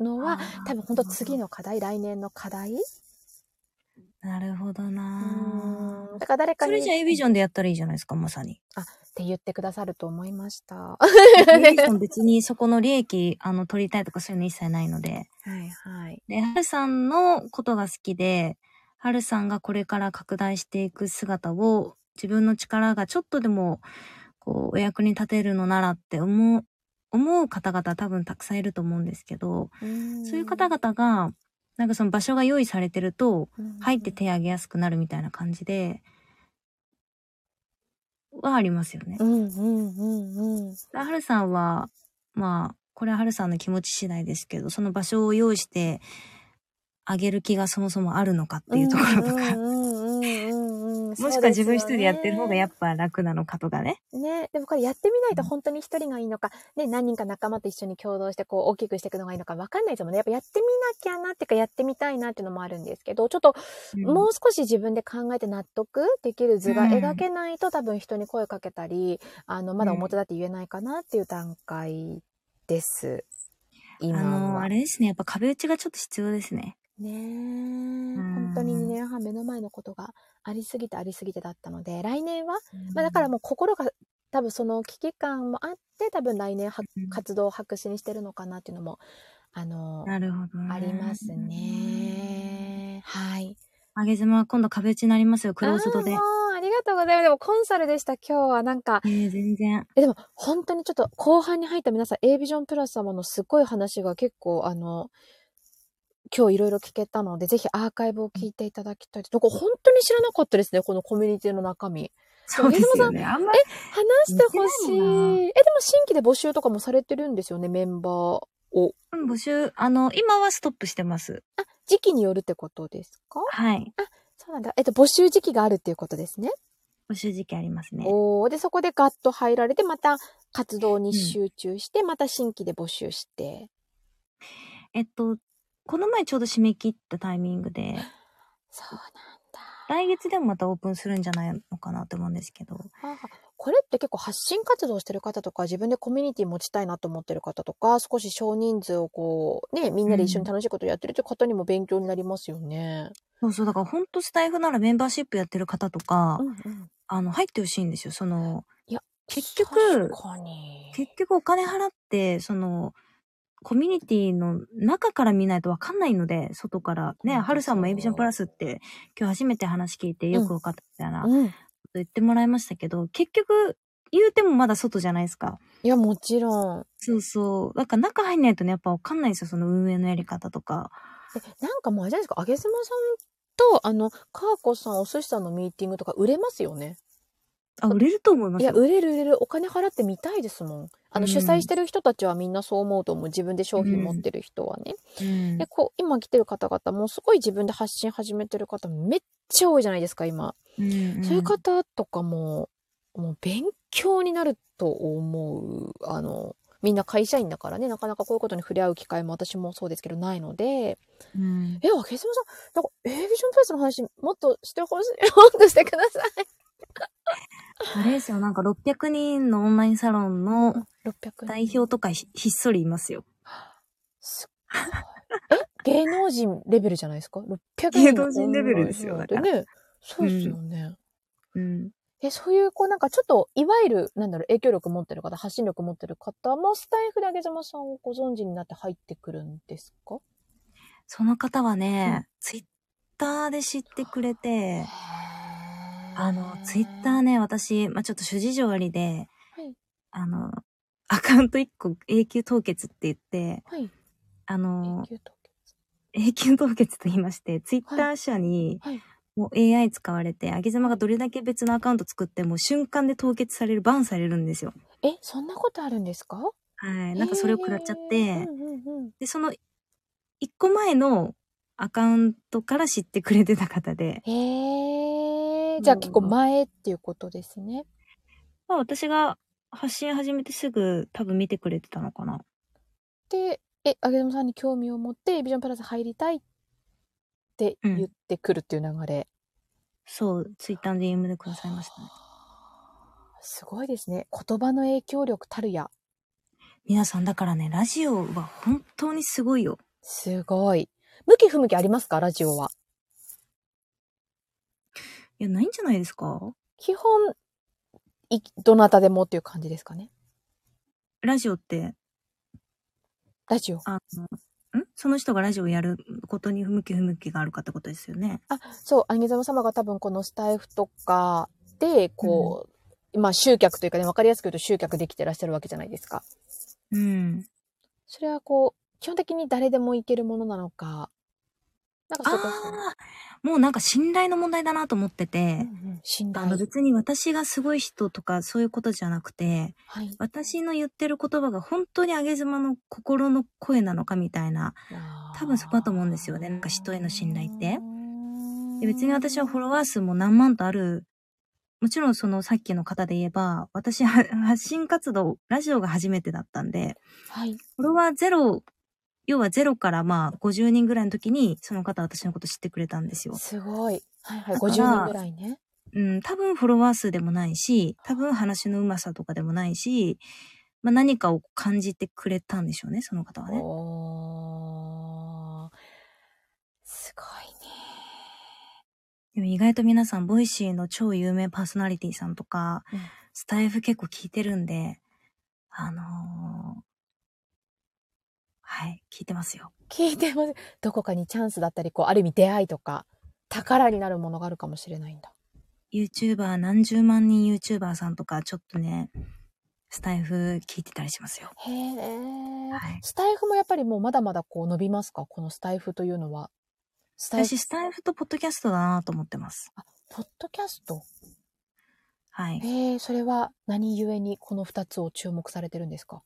S1: の
S2: ー
S1: は、
S2: あー
S1: 多分本当次の課題、来年の課題
S2: なるほどなー
S1: だから誰か
S2: そ
S1: に
S2: れじゃあエビジ
S1: っ
S2: ョンでやったらいいじゃないですか、ま
S1: <laughs>
S2: さに。
S1: て言ってくださると思いました。は
S2: エビジョン別にそこの利益、あの、取りたいとかそういうの一切ないので。
S1: いはい。
S2: で、はるさんのことが好きで、はるさんがこれから拡大していく姿を、自分の力がちょっとでも、こう、お役に立てるのならって思う、思う方々多分たくさんいると思うんですけど、そういう方々が、なんかその場所が用意されてると、入って手
S1: 当。
S2: 挙げやすくなるみたいな感じで、はありますよね
S1: う。んうんうんうん。
S2: はるさんは、まあ、これははるさんの気持ち次第ですけど、その場所を用意してあげる気がそもそもあるのかっていうところ <laughs> とか、
S1: もし
S2: もしくは自分一人でやってる方がやっぱ楽なのかとかね。
S1: ね、でもこれやってみないと本当に一人がいいのか、ね、何人か仲間と一緒に共同してこう大きくしていくのがいいのか分かんないですもんね。やっぱやってみなきゃなっていうかやってみたいなっていうのもあるんですけど、ちょっともう少し自分で考えて納得できる図が
S2: うん
S1: 描けないと、多分人に声かけたり、あの、まだ表だって言えないかなっていう段階です。今
S2: あの、
S1: は。
S2: あれですね。やっぱ壁打ちがちょっと必要ですね。
S1: ねえ、
S2: ん
S1: 本当に2年半目の前のことがありすぎてありすぎてだったので、来年は、まあだからもう心が多分その危機感もあって、多分来年は
S2: うん
S1: 活動を白紙にしてるのかなっていうのも、あの、
S2: なるほどね、
S1: ありますね。はい。
S2: あげずまは今度壁打ちになりますよ。クローズドで。
S1: あー
S2: え
S1: もうありがとうございます。でもコンサルでした、今日は。なんか、
S2: ー、全然。
S1: え、でも本当にちょっと後半に入った皆さん、A ビジョンプラス様のすごい話が結構、あの、今日いろいろ聞けたので、ぜひアーカイブを聞いていただきたいです。なんか本当に知らなかったですね、このコミュニティの中身。
S2: そうですよね。あんまり。
S1: 話してほしい。え、
S2: 似て
S1: で
S2: ないな
S1: も新規で募集とかもされてるんですよね、メンバーを。
S2: うん募集、あの、今はストップしてます。
S1: あ、時期によるってことですか
S2: はい。
S1: そうなんだ。えっと、募集時期があるっていうことですね。
S2: 募集時期ありますね。
S1: おーで、そこでガッと入られて、また活動に集中して、また新規で募集して。
S2: えっと、この前ちょうど締め切ったタイミングで、
S1: そうなんだ。
S2: 来月でもまたオープンするんじゃないのかなと思うんですけど。
S1: あこれって結構発信活動してる方とか自分でコミュニティ持ちたいなと思ってる方とか少し少人数をこうねみんなで一緒に楽しいことやってるって方にも勉強になりますよね。
S2: そうそう、だから本当スタイフならメンバーシップやってる方とか、
S1: うんうん、
S2: あの、入ってほしいんですよ。その、結局
S1: 確かに
S2: 結局お金払って、その、コミュニティの中から見ないとわかんないので、外から。ね、
S1: 本当
S2: はるさんも
S1: そう
S2: エビジョンプラスって今日初めて話聞いてよく分かったみたいなこと
S1: うん、い
S2: 言ってもらいましたけど、結局言うてもまだ外じゃないですか。
S1: やもちろん
S2: そうそう。だから中入んないとね、やっぱわかんないんですよ、その運営のやり方とか。
S1: えなんかもうあれじゃないですか、あげずまさんと、あの、かーこさん、お寿司さんのミーティングとか売れますよね。
S2: あ、売れると思います
S1: い
S2: よ
S1: や、売れる売れる。お金払ってみたいですもん。あの、
S2: うん
S1: 主催してる人たちはみんなそう思うと思う。自分で商品持ってる人はね。
S2: うん
S1: で、こう、今来てる方々もすごい自分で発信始めてる方めっちゃ多いじゃないですか、今。
S2: うん
S1: そういう方とかも、もう勉強になると思う。あの、みんな会社員だからね、なかなかこういうことに触れ合う機会も私もそうですけどないので、
S2: うん
S1: え、あけすみさん、なんか、エビジョンプレスの話、もっとしてほしい、もっとしてくださ
S2: あれですよ、なんか600人のオンラインサロンの
S1: い。600
S2: 代表とかひひっそりいますよ。
S1: すっごい。え、芸能人レベルじゃないですか ?600 人。
S2: 芸能人レベルですよだから
S1: ね。そうですよね。
S2: うん。
S1: え、そういう、こう、なんかちょっと、いわゆる、なんだろう、影響力持ってる方、発信力持ってる方も、スタイフであげざまさんをご存知になって入ってくるんですか
S2: その方はね、ツイッターで知ってくれて、あの、ツイッターね、私、まあ、ちょっと諸事情ありで、
S1: はい
S2: あの、アカウント1個永久凍結って言って、
S1: はい。
S2: あの
S1: 永、久凍結
S2: 永久凍結と言いまして、ツイッター社に
S1: はい。
S2: もう AI 使われて、あげざまがどれだけ別のアカウント作っても瞬間で凍結される、バンされるんですよ。
S1: え、そんなことあるんですか
S2: はい。なんかそれを食らっちゃっ
S1: へ
S2: て、
S1: ーうんうんうん。
S2: で、その、一個前のアカウントから知ってくれてた方で、
S1: へえ、じゃあ
S2: うん
S1: 結構前っていうことですね。
S2: まあ私が発信始めてすぐ多分見てくれてたのかな。
S1: で、え、あげずまさんに興味を持って、エビジョンプラス入りたいって言ってくるっていう流れ。
S2: そう、ツイッターの DM でくださいましたね。
S1: すごいですね。言葉の影響力たるや。
S2: 皆さん、だからね、ラジオは本当にすごいよ。
S1: すごい。向き不向きありますかラジオは。
S2: いや、ないんじゃないですか
S1: 基本、いどなたでもっていう感じですかね。
S2: ラジオって、
S1: ラジオ。
S2: あの、んその人がラジオをやることに向き不向きがあるかってことですよね。
S1: そう、アニザム様が多分このスタイフとかで、こう、まあ集客というかね、わかりやすく言うと集客できてらっしゃるわけじゃないですか。
S2: うん。
S1: それはこう、基本的に誰でもいけるものなのか、なんか
S2: あ
S1: そうですね。
S2: あー、もうなんか信頼の問題だなと思って
S1: うん
S2: て、
S1: うん信
S2: あ
S1: 頼。
S2: の別に私がすごい人とかそういうことじゃなくて、
S1: はい。
S2: 私の言ってる言葉が本当にあげ妻の心の声なのかみたいな。多分そこだと思うんですよねなんか人への信頼って。で別に私はフォロワー数も何万とある。もちろんそのさっきの方で言えば、私は <laughs> 発信活動、ラジオが初めてだったんで、
S1: はい。
S2: フォロワーゼロ、要はゼロからまあ50人ぐらいの時にその方は私のこと知ってくれたんですよ。
S1: すごい。はいはい。
S2: だから
S1: 50人ぐらいね。
S2: うん、多分フォロワー数でもないし、多分話のうまさとかでもないし、まあ何かを感じてくれたんでしょうね、その方はね。
S1: おー。すごいね。
S2: でも意外と皆さん、ボイシーの超有名パーソナリティさんとか、
S1: うん
S2: スタイフ結構聞いてるんで、あのーはい、聞いてますよ。
S1: 聞いてます。どこかにチャンスだったり、こう、ある意味出会いとか、宝になるものがあるかもしれないんだ。
S2: YouTuber、何十万人 YouTuber さんとか、ちょっとね、スタイフ聞いてたりしますよ。
S1: へえ。
S2: はい
S1: スタイフもやっぱりもうまだまだこう伸びますかこのスタイフというのは。スタイフ
S2: 私、スタイフとポッドキャストだなと思ってます。
S1: ポッドキャスト
S2: はい。
S1: ええそれは何故にこの2つを注目されてるんですか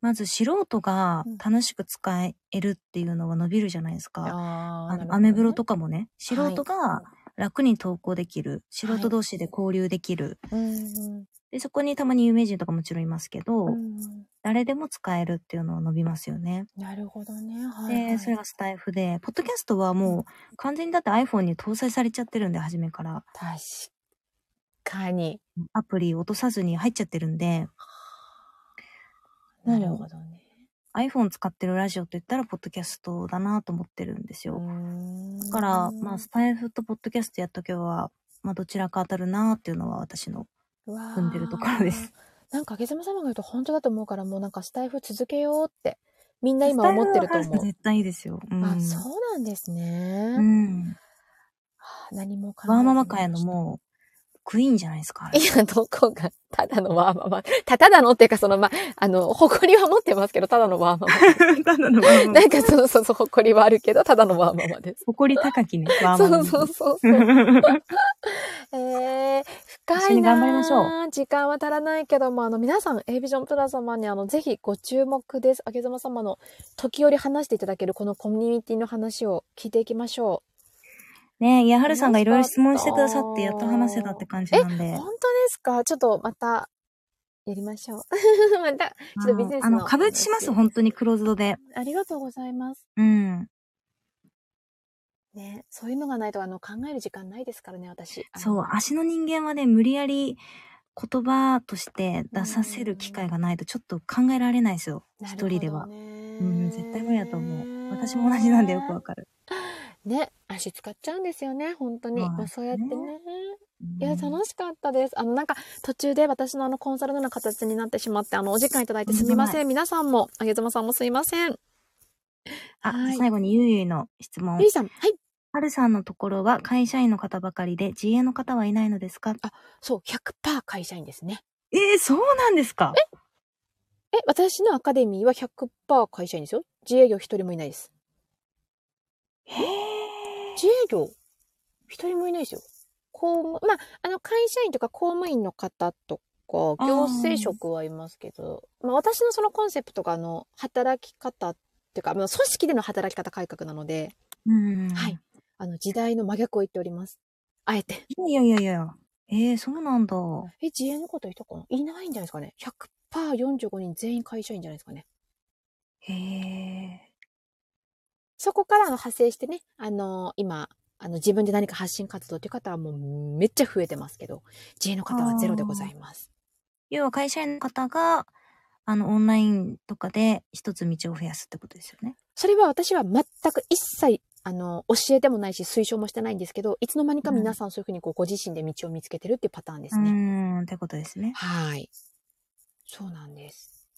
S2: まず、素人が
S1: うん
S2: 楽しく使えるっていうのは伸びるじゃないですか。
S1: あ
S2: あの、アメブロと
S1: か。
S2: かもね、素人が楽に投稿できる、素人同士で交流できる、
S1: うんうん
S2: で、そこにたまに有名人とかもちろんいますけど、
S1: うん
S2: 誰でも使えるっていうのは伸びますよね。
S1: なるほどね。はい、はい。
S2: で、それがスタイフで、ポッドキャストはもう完全にだって iPhone に搭載されちゃってるんで、初めから。
S1: 確かに。
S2: アプリ落とさずに入っちゃってるんで、
S1: なるほどね。
S2: iPhone 使ってるラジオと言ったら、ポッドキャストだなと思ってるんですよ。だ
S1: だ
S2: から、まあ、スタイフとポッドキャストやっとけば、まあ、どちらか当たるなっていうのは私の。
S1: 組
S2: 組んでるところです。
S1: なんか、あげずま様が言うと本当だと思うから、もうなんかスタイフ続けようって、みんな今思ってると
S2: スタイフは
S1: 思う。
S2: 絶対いいですよ。うん
S1: あ、そうなんですね。
S2: うん。
S1: はあ何も考え
S2: ワー
S1: ずに
S2: ママ会のもう、クイーンじゃないですか。あれ
S1: いや、どこが、ただのわーまま。た、ただのっていうか、その、ま、あの、誇りは持ってますけど、ただのわーま
S2: ただの
S1: ま。なんか、そうそうそう、誇りはあるけど、ただのわーままです。
S2: 誇り高きね。
S1: そうそうそうそう。えー、
S2: 一
S1: 深
S2: 緒
S1: い
S2: に
S1: な
S2: 頑張りましょ
S1: う。時間は足らないけども、あの、皆さん、A ビジョンプラ様に、あの、ぜひご注目です。あげざま様の、時折話していただける、このコミュニティの話を聞いていきましょ
S2: ねえ、いやはるさんがいろいろ質問してくださって、やっと話せたって感じなん
S1: う。
S2: で
S1: 本。当ですかちょっと、また、やりましょう。 <laughs> また、ちょっとビジネス
S2: あ
S1: の
S2: の、壁打ちします、
S1: 話
S2: 本当にクローズドで。
S1: ありがとうございます。
S2: うん。
S1: ね、そういうのがないとあの考える時間ないですからね、私。あの
S2: そう、足の人間はね、無理やり言葉として出させる機会がないと、ちょっと考えられないですよ。
S1: なるほ
S2: 一
S1: どね
S2: 人では。うん、絶対無理だと思う。私も同じなんでよくわかる。
S1: ね、足使っちゃうんですよね、本当に。
S2: まあ
S1: まあ、そうやってね。
S2: ね
S1: いや、楽しかったです。あの、なんか、途中で私のあの、コンサルのような形になってしまって、あの、お時間いただいてすみません。皆さんも、あげずまさんもすいません。
S2: あ、
S1: はい
S2: 最後にゆいゆいの質問
S1: ゆ。いさん、はい。
S2: はるさんのところは会社員の方ばかりで、自営の方はいないのですか
S1: そう、100%会社員ですね。
S2: えー、そうなんですか
S1: え、私のアカデミーは100%会社員ですよ。自営業一人もいないです。
S2: えへー。
S1: 自営業一人もいないですよ。公務、まあ、あの、会社員とか公務員の方とか、行政職はいますけど、まあ、私のそのコンセプトが、あの、働き方っていうか、まあ、組織での働き方改革なので、
S2: うん。
S1: はい。あの、時代の真逆を言っております。あえて。
S2: いやいやいやいや。えー、そうなんだ。
S1: え、自営の方いたかないないんじゃないですかね。100%45 人全員会社員じゃないですかね。
S2: へえ。
S1: そこからあの派生してね、あの、今、あの、自分で何か発信活動っていう方はもうめっちゃ増えてますけど、自営の方はゼロでございます。
S2: 要は会社員の方が、あの、オンラインとかで一つ道を増やすってことですよね。
S1: それは私は全く一切、あの、教えてもないし、推奨もしてないんですけど、いつの間にか皆さんそういうふうにこうご自身で道を見つけてるっていうパターンです
S2: う
S1: ね。
S2: ん、ってことですね。
S1: はい。そうなんです。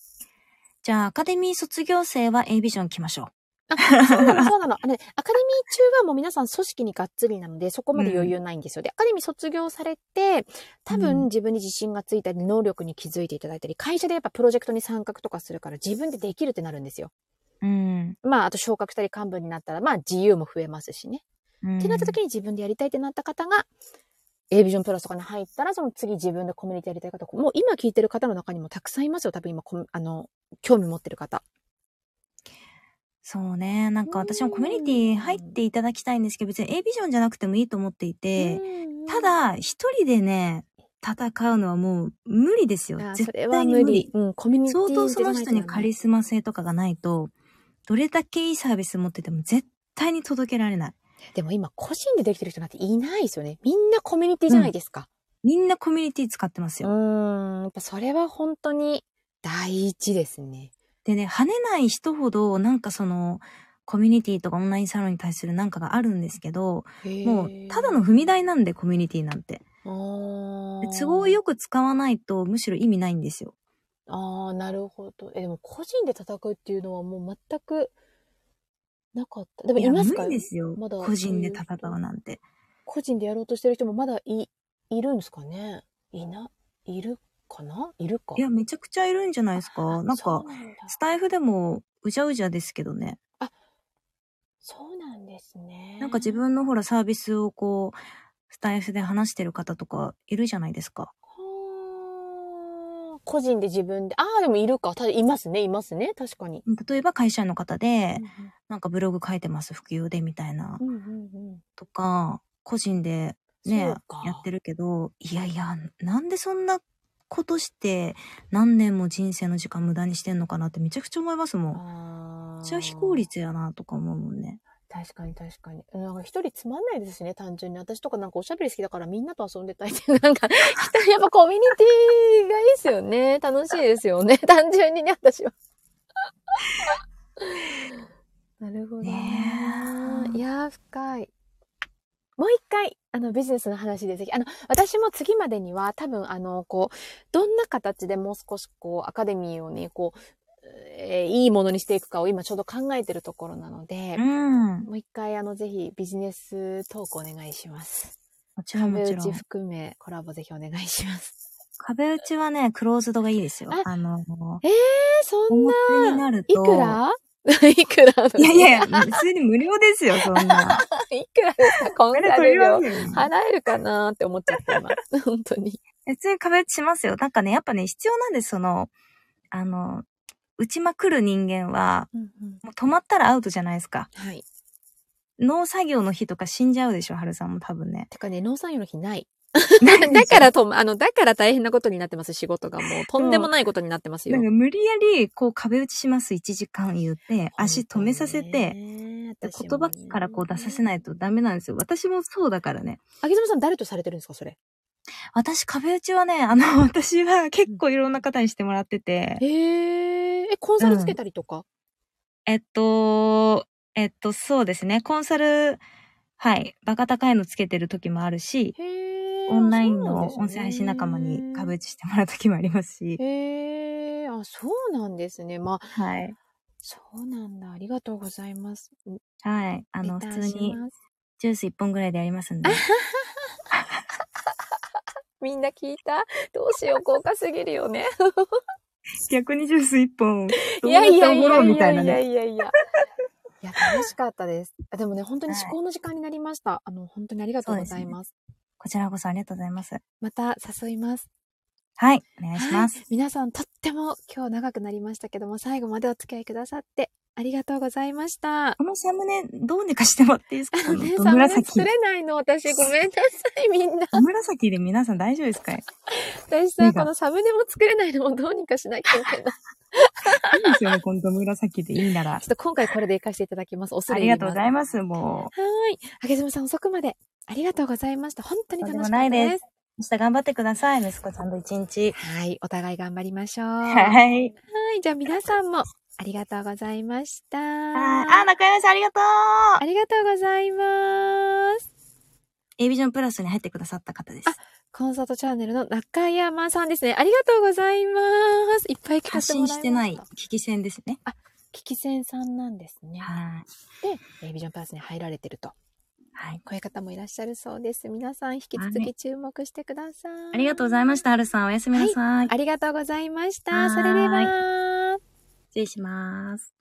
S2: じゃあ、アカデミー卒業生は A ビジョン来ましょう。
S1: そう
S2: <laughs>
S1: なの、そうなの。あのね、アカデミー中はもう皆さん組織にがっつりなので、そこまで余裕ないんですよ。で、アカデミー卒業されて、多
S2: うん
S1: 分自分に自信がついたり、能力に気づいていただいたり、会社でやっぱプロジェクトに参画とかするから、自分でできるってなるんですよ。
S2: うん。
S1: まあ、あと昇格したり幹部になったら、まあ、自由も増えますしね。
S2: うん、
S1: ってなった時に自分でやりたいってなった方が、A ビジョンプラスとかに入ったら、その次自分でコミュニティやりたい方、もう今聞いてる方の中にもたくさんいますよ。多分今、コミあの、興味持ってる方。
S2: そうね。なんか私もコミュニティ入っていただきたいんですけど、別に A ビジョンじゃなくてもいいと思っていて、
S1: うん
S2: た、だ、一人でね、戦うのはもう無理ですよ
S1: あ。そ
S2: 絶
S1: れ
S2: 対
S1: は
S2: に
S1: 無理。。うん、コミュニティ
S2: 相当その人にカ
S1: 借り
S2: リスマ性とかがないと、どれだけいいサービス持ってても絶対に届けられない。
S1: でも今、個人でできてる人なんていないですよね。みんなコミュニティじゃないですか。
S2: みんなコミュニティ使ってます
S1: う
S2: よ。
S1: ん、やっぱそれは本当に第一ですね。
S2: でね、跳ねない人ほど、なんかその、コミュニティとかオンラインサロンに対するなんかがあるんですけど、もう、ただの踏み台なんで、コミュニティなんて。
S1: の
S2: で都合よく使わないと、むしろ意味ないんですよ。
S1: ああ、なるほど。え、でも個人で戦うっていうのはもう全くなかった。でも
S2: いや、
S1: いま
S2: 無
S1: すか
S2: 理ですよ。
S1: まだ
S2: 個人で戦うなんて。
S1: 個人でやろうとしてる人もまだい、いるんですかねいな、いるかないるか
S2: いや、めちゃくちゃいるんじゃないですか。なん
S1: そ
S2: か
S1: う、なんだ
S2: スタイフでも、うじゃうじゃですけどね。
S1: そうなんですね。
S2: なんか自分のほらサービスをこう、スタイフで話してる方とかいるじゃないですか。
S1: はー個人で自分で、ああ、でもいるか。ただ、いますね、いますね。確かに。
S2: 例えば会社員の方で、
S1: う
S2: なんかブログ書いてます、副業でみたいなん
S1: うんうんうん。
S2: とか、個人でね、
S1: そ
S2: や
S1: うか
S2: ってるけど、いやいや、なんでそんなことして何年も人生の時間無駄にしてんのかなってめちゃくちゃ思いますもん。
S1: ああ。
S2: じゃあ非効率やなとか思うもんね。
S1: 確かに確かに。なんか一人つまんないですしね、単純に。私とかなんかおしゃべり好きだからみんなと遊んでたいっていう、なん <laughs> か、人やっぱコミュニティがいいですよね。楽しいですよね。 <laughs> 単純にね、私は。 <laughs> なるほどね。
S2: ねえ
S1: いやー、深い。もう一回、あの、ビジネスの話でぜひ、あの、私も次までには、多分、あの、こう、どんな形でもう少し、こう、アカデミーをね、こう、えーいいものにしていくかを今ちょうど考えてるところなので、
S2: うん。
S1: もう一回、あの、ぜひビジネストークお願いします。
S2: もちろんも
S1: 壁
S2: ち
S1: 打
S2: ろ
S1: ち
S2: ん。
S1: 含めコラボぜひお願いします。
S2: 壁打ちはね、クローズドがいいですよ。
S1: あ
S2: あの、
S1: えー、そ
S2: お
S1: んな
S2: 持ちになる
S1: い
S2: と。
S1: くら <laughs> いくら
S2: いやいやいや、普通に無料ですよ、そんな。
S1: いくらですかコン
S2: これ
S1: サ
S2: こ
S1: ル
S2: れは
S1: 料
S2: 無料
S1: 払えるかなーって思っちゃって
S2: <laughs>
S1: ます。本当に。
S2: 普通に壁打ちしますよ。なんかね、やっぱね、必要なんです、その、あの、打ちまくる人間は、もう止まったらアウトじゃないですか。
S1: はい。
S2: 農作業の日とか死んじゃうでしょ、春さんも多分 <laughs> ね。
S1: てかね、農産業の日ない。
S2: ない
S1: だからと、あの、だから大変なことになってます、仕事がもう。とんでもないことになってます
S2: な
S1: よ
S2: ん。か無理やり、こう壁打ちします、1時間言って、足止めさせて、
S1: 言。
S2: 言葉からこう出させないいとダメなんですよ。私もそうだからね。
S1: あげずまさん誰とされてるんですか、それ。
S2: 私、壁打ちはね、あの、 <laughs> 私は結構いろんな方にしてもらってて
S1: へ、え。え、コンサルつけたりとか、
S2: えっと、えっと、そうですね、コンサル、はい、バカ高いのつけてる時もあるし、
S1: へえ。
S2: オンラインの音声配信仲間に壁打
S1: ち。
S2: ちしてもらう時もありますし、
S1: へえ。あ、そうなんですね。まあ、
S2: はい。
S1: そうなんだ。ありがとうございます。
S2: はい。あの、
S1: レタ
S2: 普
S1: ー
S2: 通
S1: し
S2: に
S1: ます
S2: ジュース1本ぐらいでやりますんで。
S1: みんな聞いたどうしよう、豪華すぎる
S2: <laughs>
S1: よね。
S2: <laughs> 逆にジュース1本、
S1: いやいやいやい
S2: みた
S1: や
S2: いない
S1: や
S2: ね。
S1: いやい
S2: <laughs>
S1: や。いや、楽しかったです。あでもね、本当に思考の時間になりました。あの、本当にありがとうございます。
S2: こちらこそありがとうございます。
S1: また誘います。
S2: はい。お願いします
S1: は。い。皆さん、とっても今日長くなりましたけども、最後までお付き合いくださって、ありがとうございました。
S2: このサムネ、どうにかしてもらっていいですか
S1: あのね、
S2: ど
S1: サムネ
S2: 紫
S1: 作。れないの、私。ごめんなさい、みんな。
S2: ど紫で皆さん大丈夫ですかい
S1: 私
S2: 目
S1: さ、
S2: が
S1: このサムネも作れないのもどうにかしなきゃい
S2: <laughs>
S1: けない。
S2: いですよね、このど紫でいいなら
S1: ちょっ。と今回これで行かせていただきます。恐
S2: あ
S1: れ
S2: り
S1: 入
S2: が
S1: り
S2: とう
S1: ま
S2: ご
S1: す。
S2: ざいます、も
S1: はーい。あげずまさん遅くまで。ありがとうございました。本当に楽しかっ
S2: とんでもな
S1: た
S2: い
S1: で。
S2: ですう。明日頑張ってください、息子さんと一日。
S1: はい。お互い頑張りましょう。は
S2: はい。
S1: い。じゃあ皆さんもありがとうございました。
S2: あ、中山さんありがとう
S1: ありがとうございます。
S2: !A ビジョンプラスに入ってくださった方です。
S1: コンサートチャンネルの中山さんですね。ありがとうございます。いっぱい聞か
S2: 発
S1: せても
S2: 信
S1: らいました。
S2: してない危機戦ですね。
S1: 聞き戦さんなんですね。
S2: はい。
S1: で、ビジョンプラスに入られてると。
S2: はい。
S1: こういう方もいらっしゃるそうです。皆さん引き続
S2: は
S1: き注目してください。
S2: ありがとうご
S1: い
S2: ざいました、はるさん。おやすみなさい。
S1: ありがとうございました。
S2: はーい
S1: それでは。
S2: 失礼します。